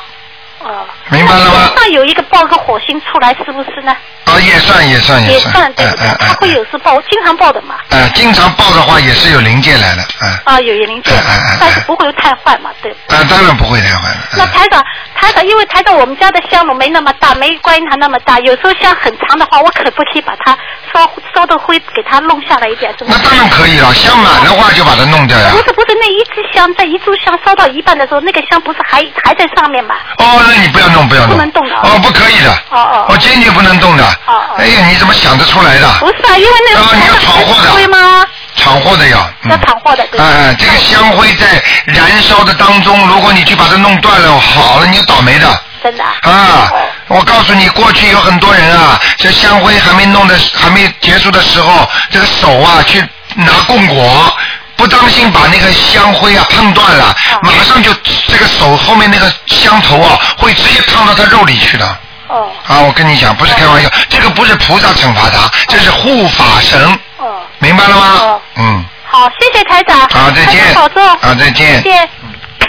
[SPEAKER 8] 哦。
[SPEAKER 2] 明白了吗
[SPEAKER 8] 那上有一个爆个火星出来，是不是呢？
[SPEAKER 2] 啊，也算也算
[SPEAKER 8] 也
[SPEAKER 2] 算
[SPEAKER 8] 算，对
[SPEAKER 2] 嗯
[SPEAKER 8] 不对
[SPEAKER 2] 嗯？
[SPEAKER 8] 他会
[SPEAKER 2] 嗯
[SPEAKER 8] 有时爆，经常爆的嘛。
[SPEAKER 2] 嗯，啊，经常报的话也是有灵界来的，啊
[SPEAKER 8] 啊，有灵界
[SPEAKER 2] 哎哎哎哎，
[SPEAKER 8] 但是不会太坏嘛，对。
[SPEAKER 2] 啊，当然不会太坏
[SPEAKER 8] 那
[SPEAKER 2] 了。
[SPEAKER 8] 台长，台长，因为台长我们家的香炉没那么大，没观音堂那么大，有时候香很长的话，我可不可以把它烧烧的灰给它弄下来一点？是不
[SPEAKER 2] 那
[SPEAKER 8] 是？
[SPEAKER 2] 当然可以了，香满的话就把它弄掉呀
[SPEAKER 8] 不。是不是，那一支香在一炷香烧到一半的时候，那个香不是还还在上面嘛？
[SPEAKER 2] 哦，那你不要弄，不要弄。
[SPEAKER 8] 不能动的
[SPEAKER 2] 哦，不可以的。
[SPEAKER 8] 哦哦
[SPEAKER 2] 我坚决不能动的。
[SPEAKER 8] 哦哦
[SPEAKER 2] 哎呀，你怎么想得出来
[SPEAKER 8] 不
[SPEAKER 2] 的？
[SPEAKER 8] 是啊，因为那个
[SPEAKER 2] 哦你要
[SPEAKER 8] 香
[SPEAKER 2] 闯祸的
[SPEAKER 8] 灰吗？
[SPEAKER 2] 闯祸的呀。嗯
[SPEAKER 8] 要闯祸的，对吧。
[SPEAKER 2] 哎，这个香灰在燃烧的当中，如果你去把它弄断了，好了，你就倒霉的。
[SPEAKER 8] 真的啊。
[SPEAKER 2] 啊，我告诉你，过去有很多人啊，这香灰还没弄的，还没结束的时候，这个手啊去拿供果，不当心把那个香灰啊碰断了，马上就这个手后面那个香头啊，会直接烫到他肉里去的。
[SPEAKER 8] 哦
[SPEAKER 2] 啊，我跟你讲，不是开玩笑，这个不是菩萨惩罚他，这是护法神，
[SPEAKER 8] 哦，
[SPEAKER 2] 明白了吗
[SPEAKER 8] 哦？
[SPEAKER 2] 嗯，
[SPEAKER 8] 好，谢谢台长。
[SPEAKER 2] [laughs] 好，再
[SPEAKER 8] 台
[SPEAKER 2] 见。
[SPEAKER 8] 长保重。
[SPEAKER 2] 好，再见
[SPEAKER 8] 再。见。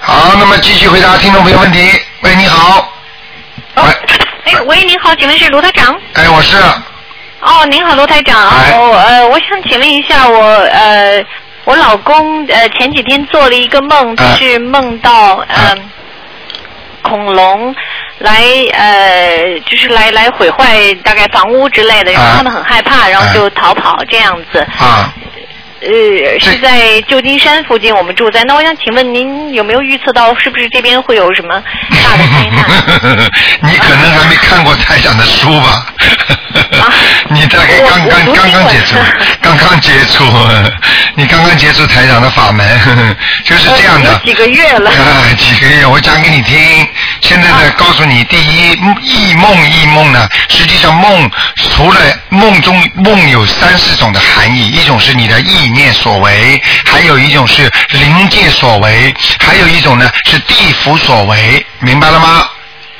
[SPEAKER 2] 好，那么继续回答听众朋友问题。喂，你好。
[SPEAKER 5] 哦
[SPEAKER 2] 喂，
[SPEAKER 9] 哎，喂，您好，请问是卢台长？
[SPEAKER 2] 哎，我是。
[SPEAKER 9] 哦，您好，卢台长。
[SPEAKER 2] 哎
[SPEAKER 9] 哦，呃，我想请问一下，我呃，我老公呃前几天做了一个梦，就
[SPEAKER 2] 哎
[SPEAKER 9] 是梦到
[SPEAKER 2] 哎
[SPEAKER 9] 呃恐龙来呃，就是来来毁坏大概房屋之类的，然
[SPEAKER 2] 哎
[SPEAKER 9] 后他们很害怕，然后就
[SPEAKER 2] 哎
[SPEAKER 9] 逃跑这样子。
[SPEAKER 2] 啊，
[SPEAKER 9] 呃，
[SPEAKER 2] 这
[SPEAKER 9] 是在旧金山附近，我们住在。那我想请问您有没有预测
[SPEAKER 8] 哦
[SPEAKER 9] 到，是不是这边会有什么 [laughs] 大的
[SPEAKER 2] [laughs]
[SPEAKER 9] 啊灾难？
[SPEAKER 2] 啊你可能还没看过台长的书吧？ [laughs] 你大概
[SPEAKER 9] 我
[SPEAKER 2] 刚
[SPEAKER 9] 啊我
[SPEAKER 2] 刚
[SPEAKER 9] 读
[SPEAKER 2] 刚
[SPEAKER 9] 经
[SPEAKER 2] 刚
[SPEAKER 9] 文
[SPEAKER 2] 接触
[SPEAKER 9] 的，
[SPEAKER 2] [laughs] 刚刚接触，你刚刚接触台长的法门， [laughs] 就是这样的。
[SPEAKER 9] 有几个月了。
[SPEAKER 2] 啊，几个月，我讲给你听。现在呢，告诉你，第一，异梦，异梦呢，实际上梦除了梦中梦有三四种的含义，一种是你的意念所为，还有一种是灵界所为，还有一种呢是地府所为，明白了吗？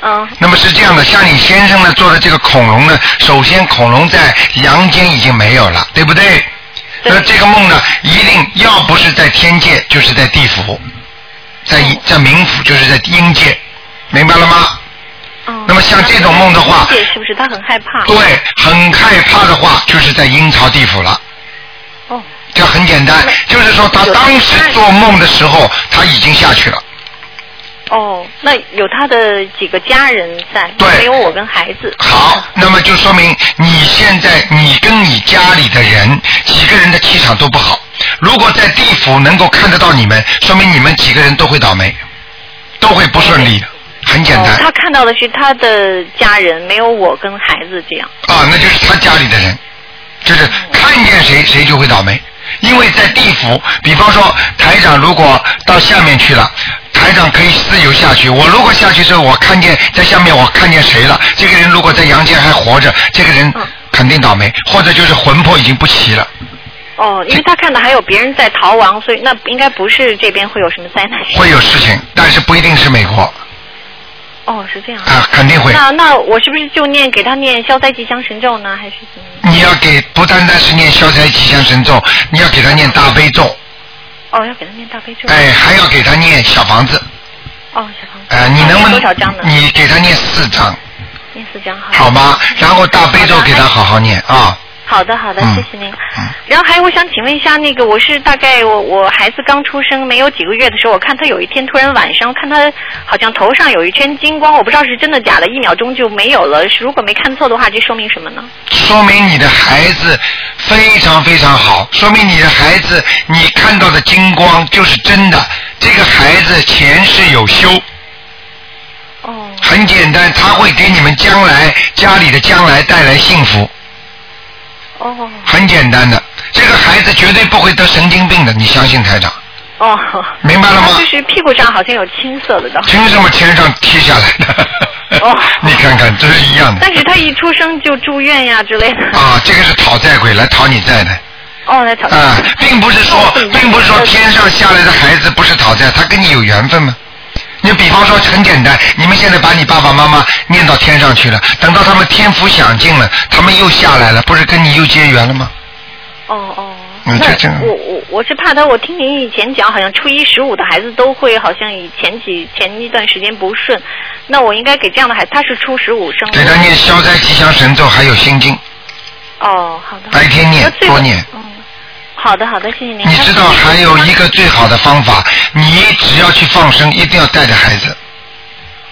[SPEAKER 9] 嗯
[SPEAKER 2] 那么是这样的，像你先生呢做的这个恐龙呢，首先恐龙在阳间已经没有了，对不对？
[SPEAKER 9] 对
[SPEAKER 2] 那这个梦呢，一定要不是在天界，就是在地府，在一在冥府，就是在阴界，明白了吗？
[SPEAKER 9] 嗯。
[SPEAKER 2] 那么像这种梦的话
[SPEAKER 9] 理解是不是他很害怕？
[SPEAKER 2] 对，很害怕的话，就是在阴曹地府了。这很简单，就是说他当时做梦的时候他已经下去了。
[SPEAKER 8] 哦，那有他的几个家人在，没有我跟孩子。
[SPEAKER 2] 好，那么就说明你现在你跟你家里的人几个人的气场都不好。如果在地府能够看得到你们，说明你们几个人都会倒霉，都会不顺利，很简单
[SPEAKER 8] 哦，他看到的是他的家人，没有我跟孩子这样。
[SPEAKER 2] 啊，那就是他家里的人，就是看见谁谁就会倒霉。因为在地府，比方说台长如果到下面去了，台长可以自由下去。我如果下去之后，我看见在下面我看见谁了，这个人如果在阳间还活着，这个人肯定倒霉，或者就是魂魄已经不齐了。
[SPEAKER 8] 哦，因为他看到还有别人在逃亡，所以那应该不是这边会有什么灾难。
[SPEAKER 2] 会有事情，但是不一定是美国
[SPEAKER 8] 哦，是这样。
[SPEAKER 2] 啊，肯定会。
[SPEAKER 8] 那那我是不是就念给他念消灾吉祥神咒呢？还是怎么？
[SPEAKER 2] 你要给不单单是念消灾吉祥神咒，你要给他念大悲咒，
[SPEAKER 8] 哦，要给他念大悲咒。
[SPEAKER 2] 哎，还要给他念小房子，
[SPEAKER 8] 哦，小房子。
[SPEAKER 2] 哎，你能不
[SPEAKER 8] 那
[SPEAKER 2] 能
[SPEAKER 8] 念多少张呢？
[SPEAKER 2] 你给他念四张，
[SPEAKER 8] 念四张好。
[SPEAKER 2] 好吗？然后大悲咒给他好好念啊。
[SPEAKER 8] 好的，好的，
[SPEAKER 2] 嗯
[SPEAKER 8] 谢谢您。然后还有我想请问一下，那个我是大概我我孩子刚出生没有几个月的时候，我看他有一天突然晚上看他好像头上有一圈金光，我不知道是真的假的，一秒钟就没有了。是如果没看错的话，这说明什么呢？
[SPEAKER 2] 说明你的孩子非常非常好，说明你的孩子你看到的金光就是真的，这个孩子前世有修。
[SPEAKER 8] 哦。
[SPEAKER 2] 很简单，他会给你们将来家里的将来带来幸福，
[SPEAKER 8] 哦
[SPEAKER 2] 很简单的。这个孩子绝对不会得神经病的，你相信台长？
[SPEAKER 8] 哦，
[SPEAKER 2] 明白了吗
[SPEAKER 8] 他就是屁股上好像有青色的，倒是
[SPEAKER 2] 凭什么天上贴下来的？ [laughs] 你看看，这是一样的
[SPEAKER 8] 哦但是他一出生就住院呀之类的。
[SPEAKER 2] 啊！这个是讨债鬼来讨你债的。
[SPEAKER 8] 哦，那草
[SPEAKER 2] 啊，并不是
[SPEAKER 8] 哦
[SPEAKER 2] 说，并不是说天上下来的孩子不是讨债，他跟你有缘分吗？你比方说很简单，你们现在把你爸爸妈妈念到天上去了，等到他们天福享尽了，他们又下来了，不是跟你又结缘了吗？
[SPEAKER 8] 哦哦。
[SPEAKER 2] 嗯
[SPEAKER 8] 那
[SPEAKER 2] 就这样
[SPEAKER 8] 我我我是怕他，我听您以前讲，好像初一十五的孩子都会，好像以前几前一段时间不顺，那我应该给这样的孩子，他是初十五生的。
[SPEAKER 2] 给他念消灾吉祥神咒，还有心经，
[SPEAKER 8] 哦，好的。
[SPEAKER 2] 白天念
[SPEAKER 8] 那最后嗯
[SPEAKER 2] 多念。
[SPEAKER 8] 好的好的，谢谢您。
[SPEAKER 2] 你知道还有一个最好的方法，你只要去放生，一定要带着孩子，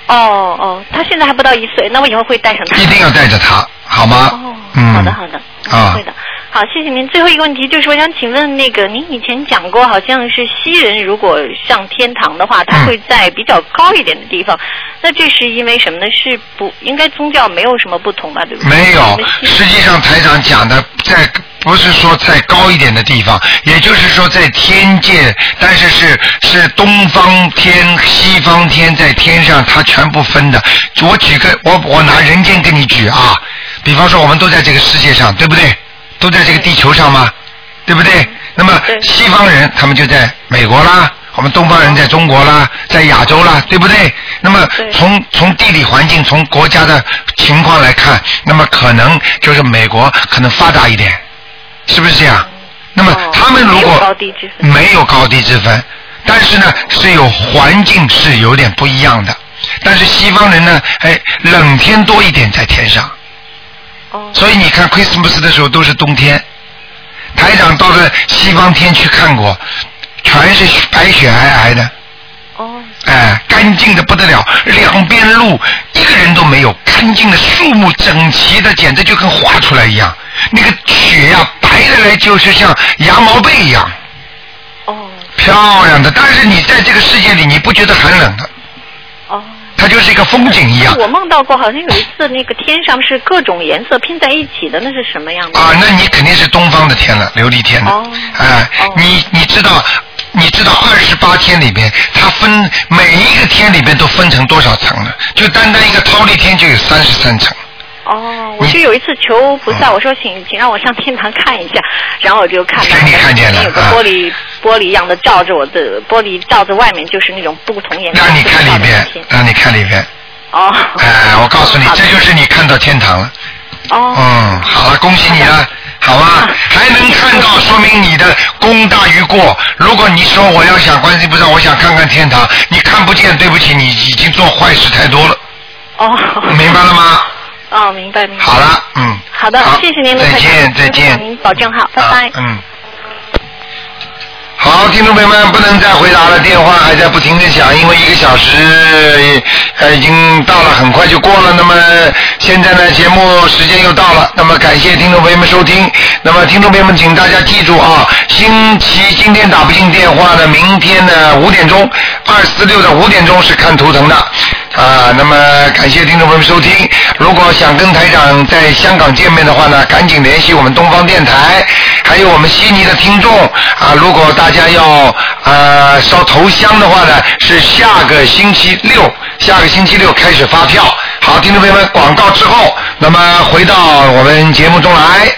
[SPEAKER 8] 哦哦，他现在还不到一岁，那我以后会带上他。
[SPEAKER 2] 一定要带着他，好吗？嗯，
[SPEAKER 8] 哦好的好的，
[SPEAKER 2] 啊
[SPEAKER 8] 会的。好，谢谢您。最后一个问题就是，我想请问那个，您以前讲过，好像是西人如果上天堂的话，他会在比较高一点的地方。
[SPEAKER 2] 嗯
[SPEAKER 8] 那这是因为什么呢？是不应该宗教没有什么不同吧？对不对？
[SPEAKER 2] 没有
[SPEAKER 8] 你们，西
[SPEAKER 2] 实际上台长讲的在不是说在高一点的地方，也就是说在天界，但是是是东方天、西方天在天上，它全部分的。我举个我我拿人间跟你举啊，比方说我们都在这个世界上，对不对？都在这个地球上嘛，对不
[SPEAKER 8] 嗯
[SPEAKER 2] 对？那么西方人他们就在美国啦，我们东方
[SPEAKER 8] 哦
[SPEAKER 2] 人在中国啦，在亚洲啦，对不对？那么从从地理环境、从国家的情况来看，那么可能就是美国可能发达一点，是不是这样？那么他们如
[SPEAKER 8] 哦没有
[SPEAKER 2] 果
[SPEAKER 8] 高低之分。
[SPEAKER 2] 没有高低之分，但是呢是有环境是有点不一样的。但是西方人呢，哎，冷天多一点在天上，
[SPEAKER 8] 哦
[SPEAKER 2] 所以你看 Christmas 的时候都是冬天。台长到了西方天去看过，全是白雪皑皑的。哎，干净的不得了，两边路一个人都没有，干净的树木整齐的，简直就跟画出来一样。那个雪呀、白的来就是像羊毛被一样。哦。漂亮的，但是你在这个世界里，你不觉得寒冷的。哦。它就是一个风景一样。
[SPEAKER 8] 我梦到过，好像有一次那个天上是各种颜色拼在一起的，那是什么样的？
[SPEAKER 2] 啊，那你肯定是东方的天了，琉璃天
[SPEAKER 8] 哦
[SPEAKER 2] 了。哎、你你知道，你知道二十八天里边，它分每一个天里边都分成多少层了？就单单一个桃李天就有三十三层。
[SPEAKER 8] 哦，我就有一次求菩
[SPEAKER 2] 嗯
[SPEAKER 8] 萨，我说请请让我上天堂看一下，然后我就看到
[SPEAKER 2] 看见了啊
[SPEAKER 8] 有个玻璃、玻璃一样的罩着我的玻璃罩着外面就是那种不同颜色。
[SPEAKER 2] 让你看里边，让你看里边。
[SPEAKER 8] 哦。
[SPEAKER 2] 哎、我告诉你，这就是你看到天堂了。
[SPEAKER 8] 哦。
[SPEAKER 2] 嗯，好了，恭喜你了，好吧？还能看到，说明你的功大于过。如果你说我要想观世音菩萨，我想看看天堂，你看不见，对不起，你已经做坏事太多了。
[SPEAKER 8] 哦。
[SPEAKER 2] 明白了吗？
[SPEAKER 8] 哦，明白明白。
[SPEAKER 2] 好了，嗯。
[SPEAKER 8] 好的，谢谢您，卢
[SPEAKER 2] 再
[SPEAKER 8] 台长
[SPEAKER 2] 见再见
[SPEAKER 8] 您保重好，拜拜。
[SPEAKER 2] 嗯。好，听众朋友们，不能再回答了，电话还在不停的响，因为一个小时呃已经到了，很快就过了。那么现在呢，节目时间又到了，那么感谢听众朋友们收听。那么听众朋友们，请大家记住啊，星期今天打不进电话呢，明天呢五点钟，二四六的五点钟是看图腾的。啊，那么感谢听众朋友们收听。如果想跟台长在香港见面的话呢，赶紧联系我们东方电台，还有我们悉尼的听众啊。如果大家要呃烧头香的话呢，是下个星期六，下个星期六开始发票。好，听众朋友们，广告之后，那么回到我们节目中来。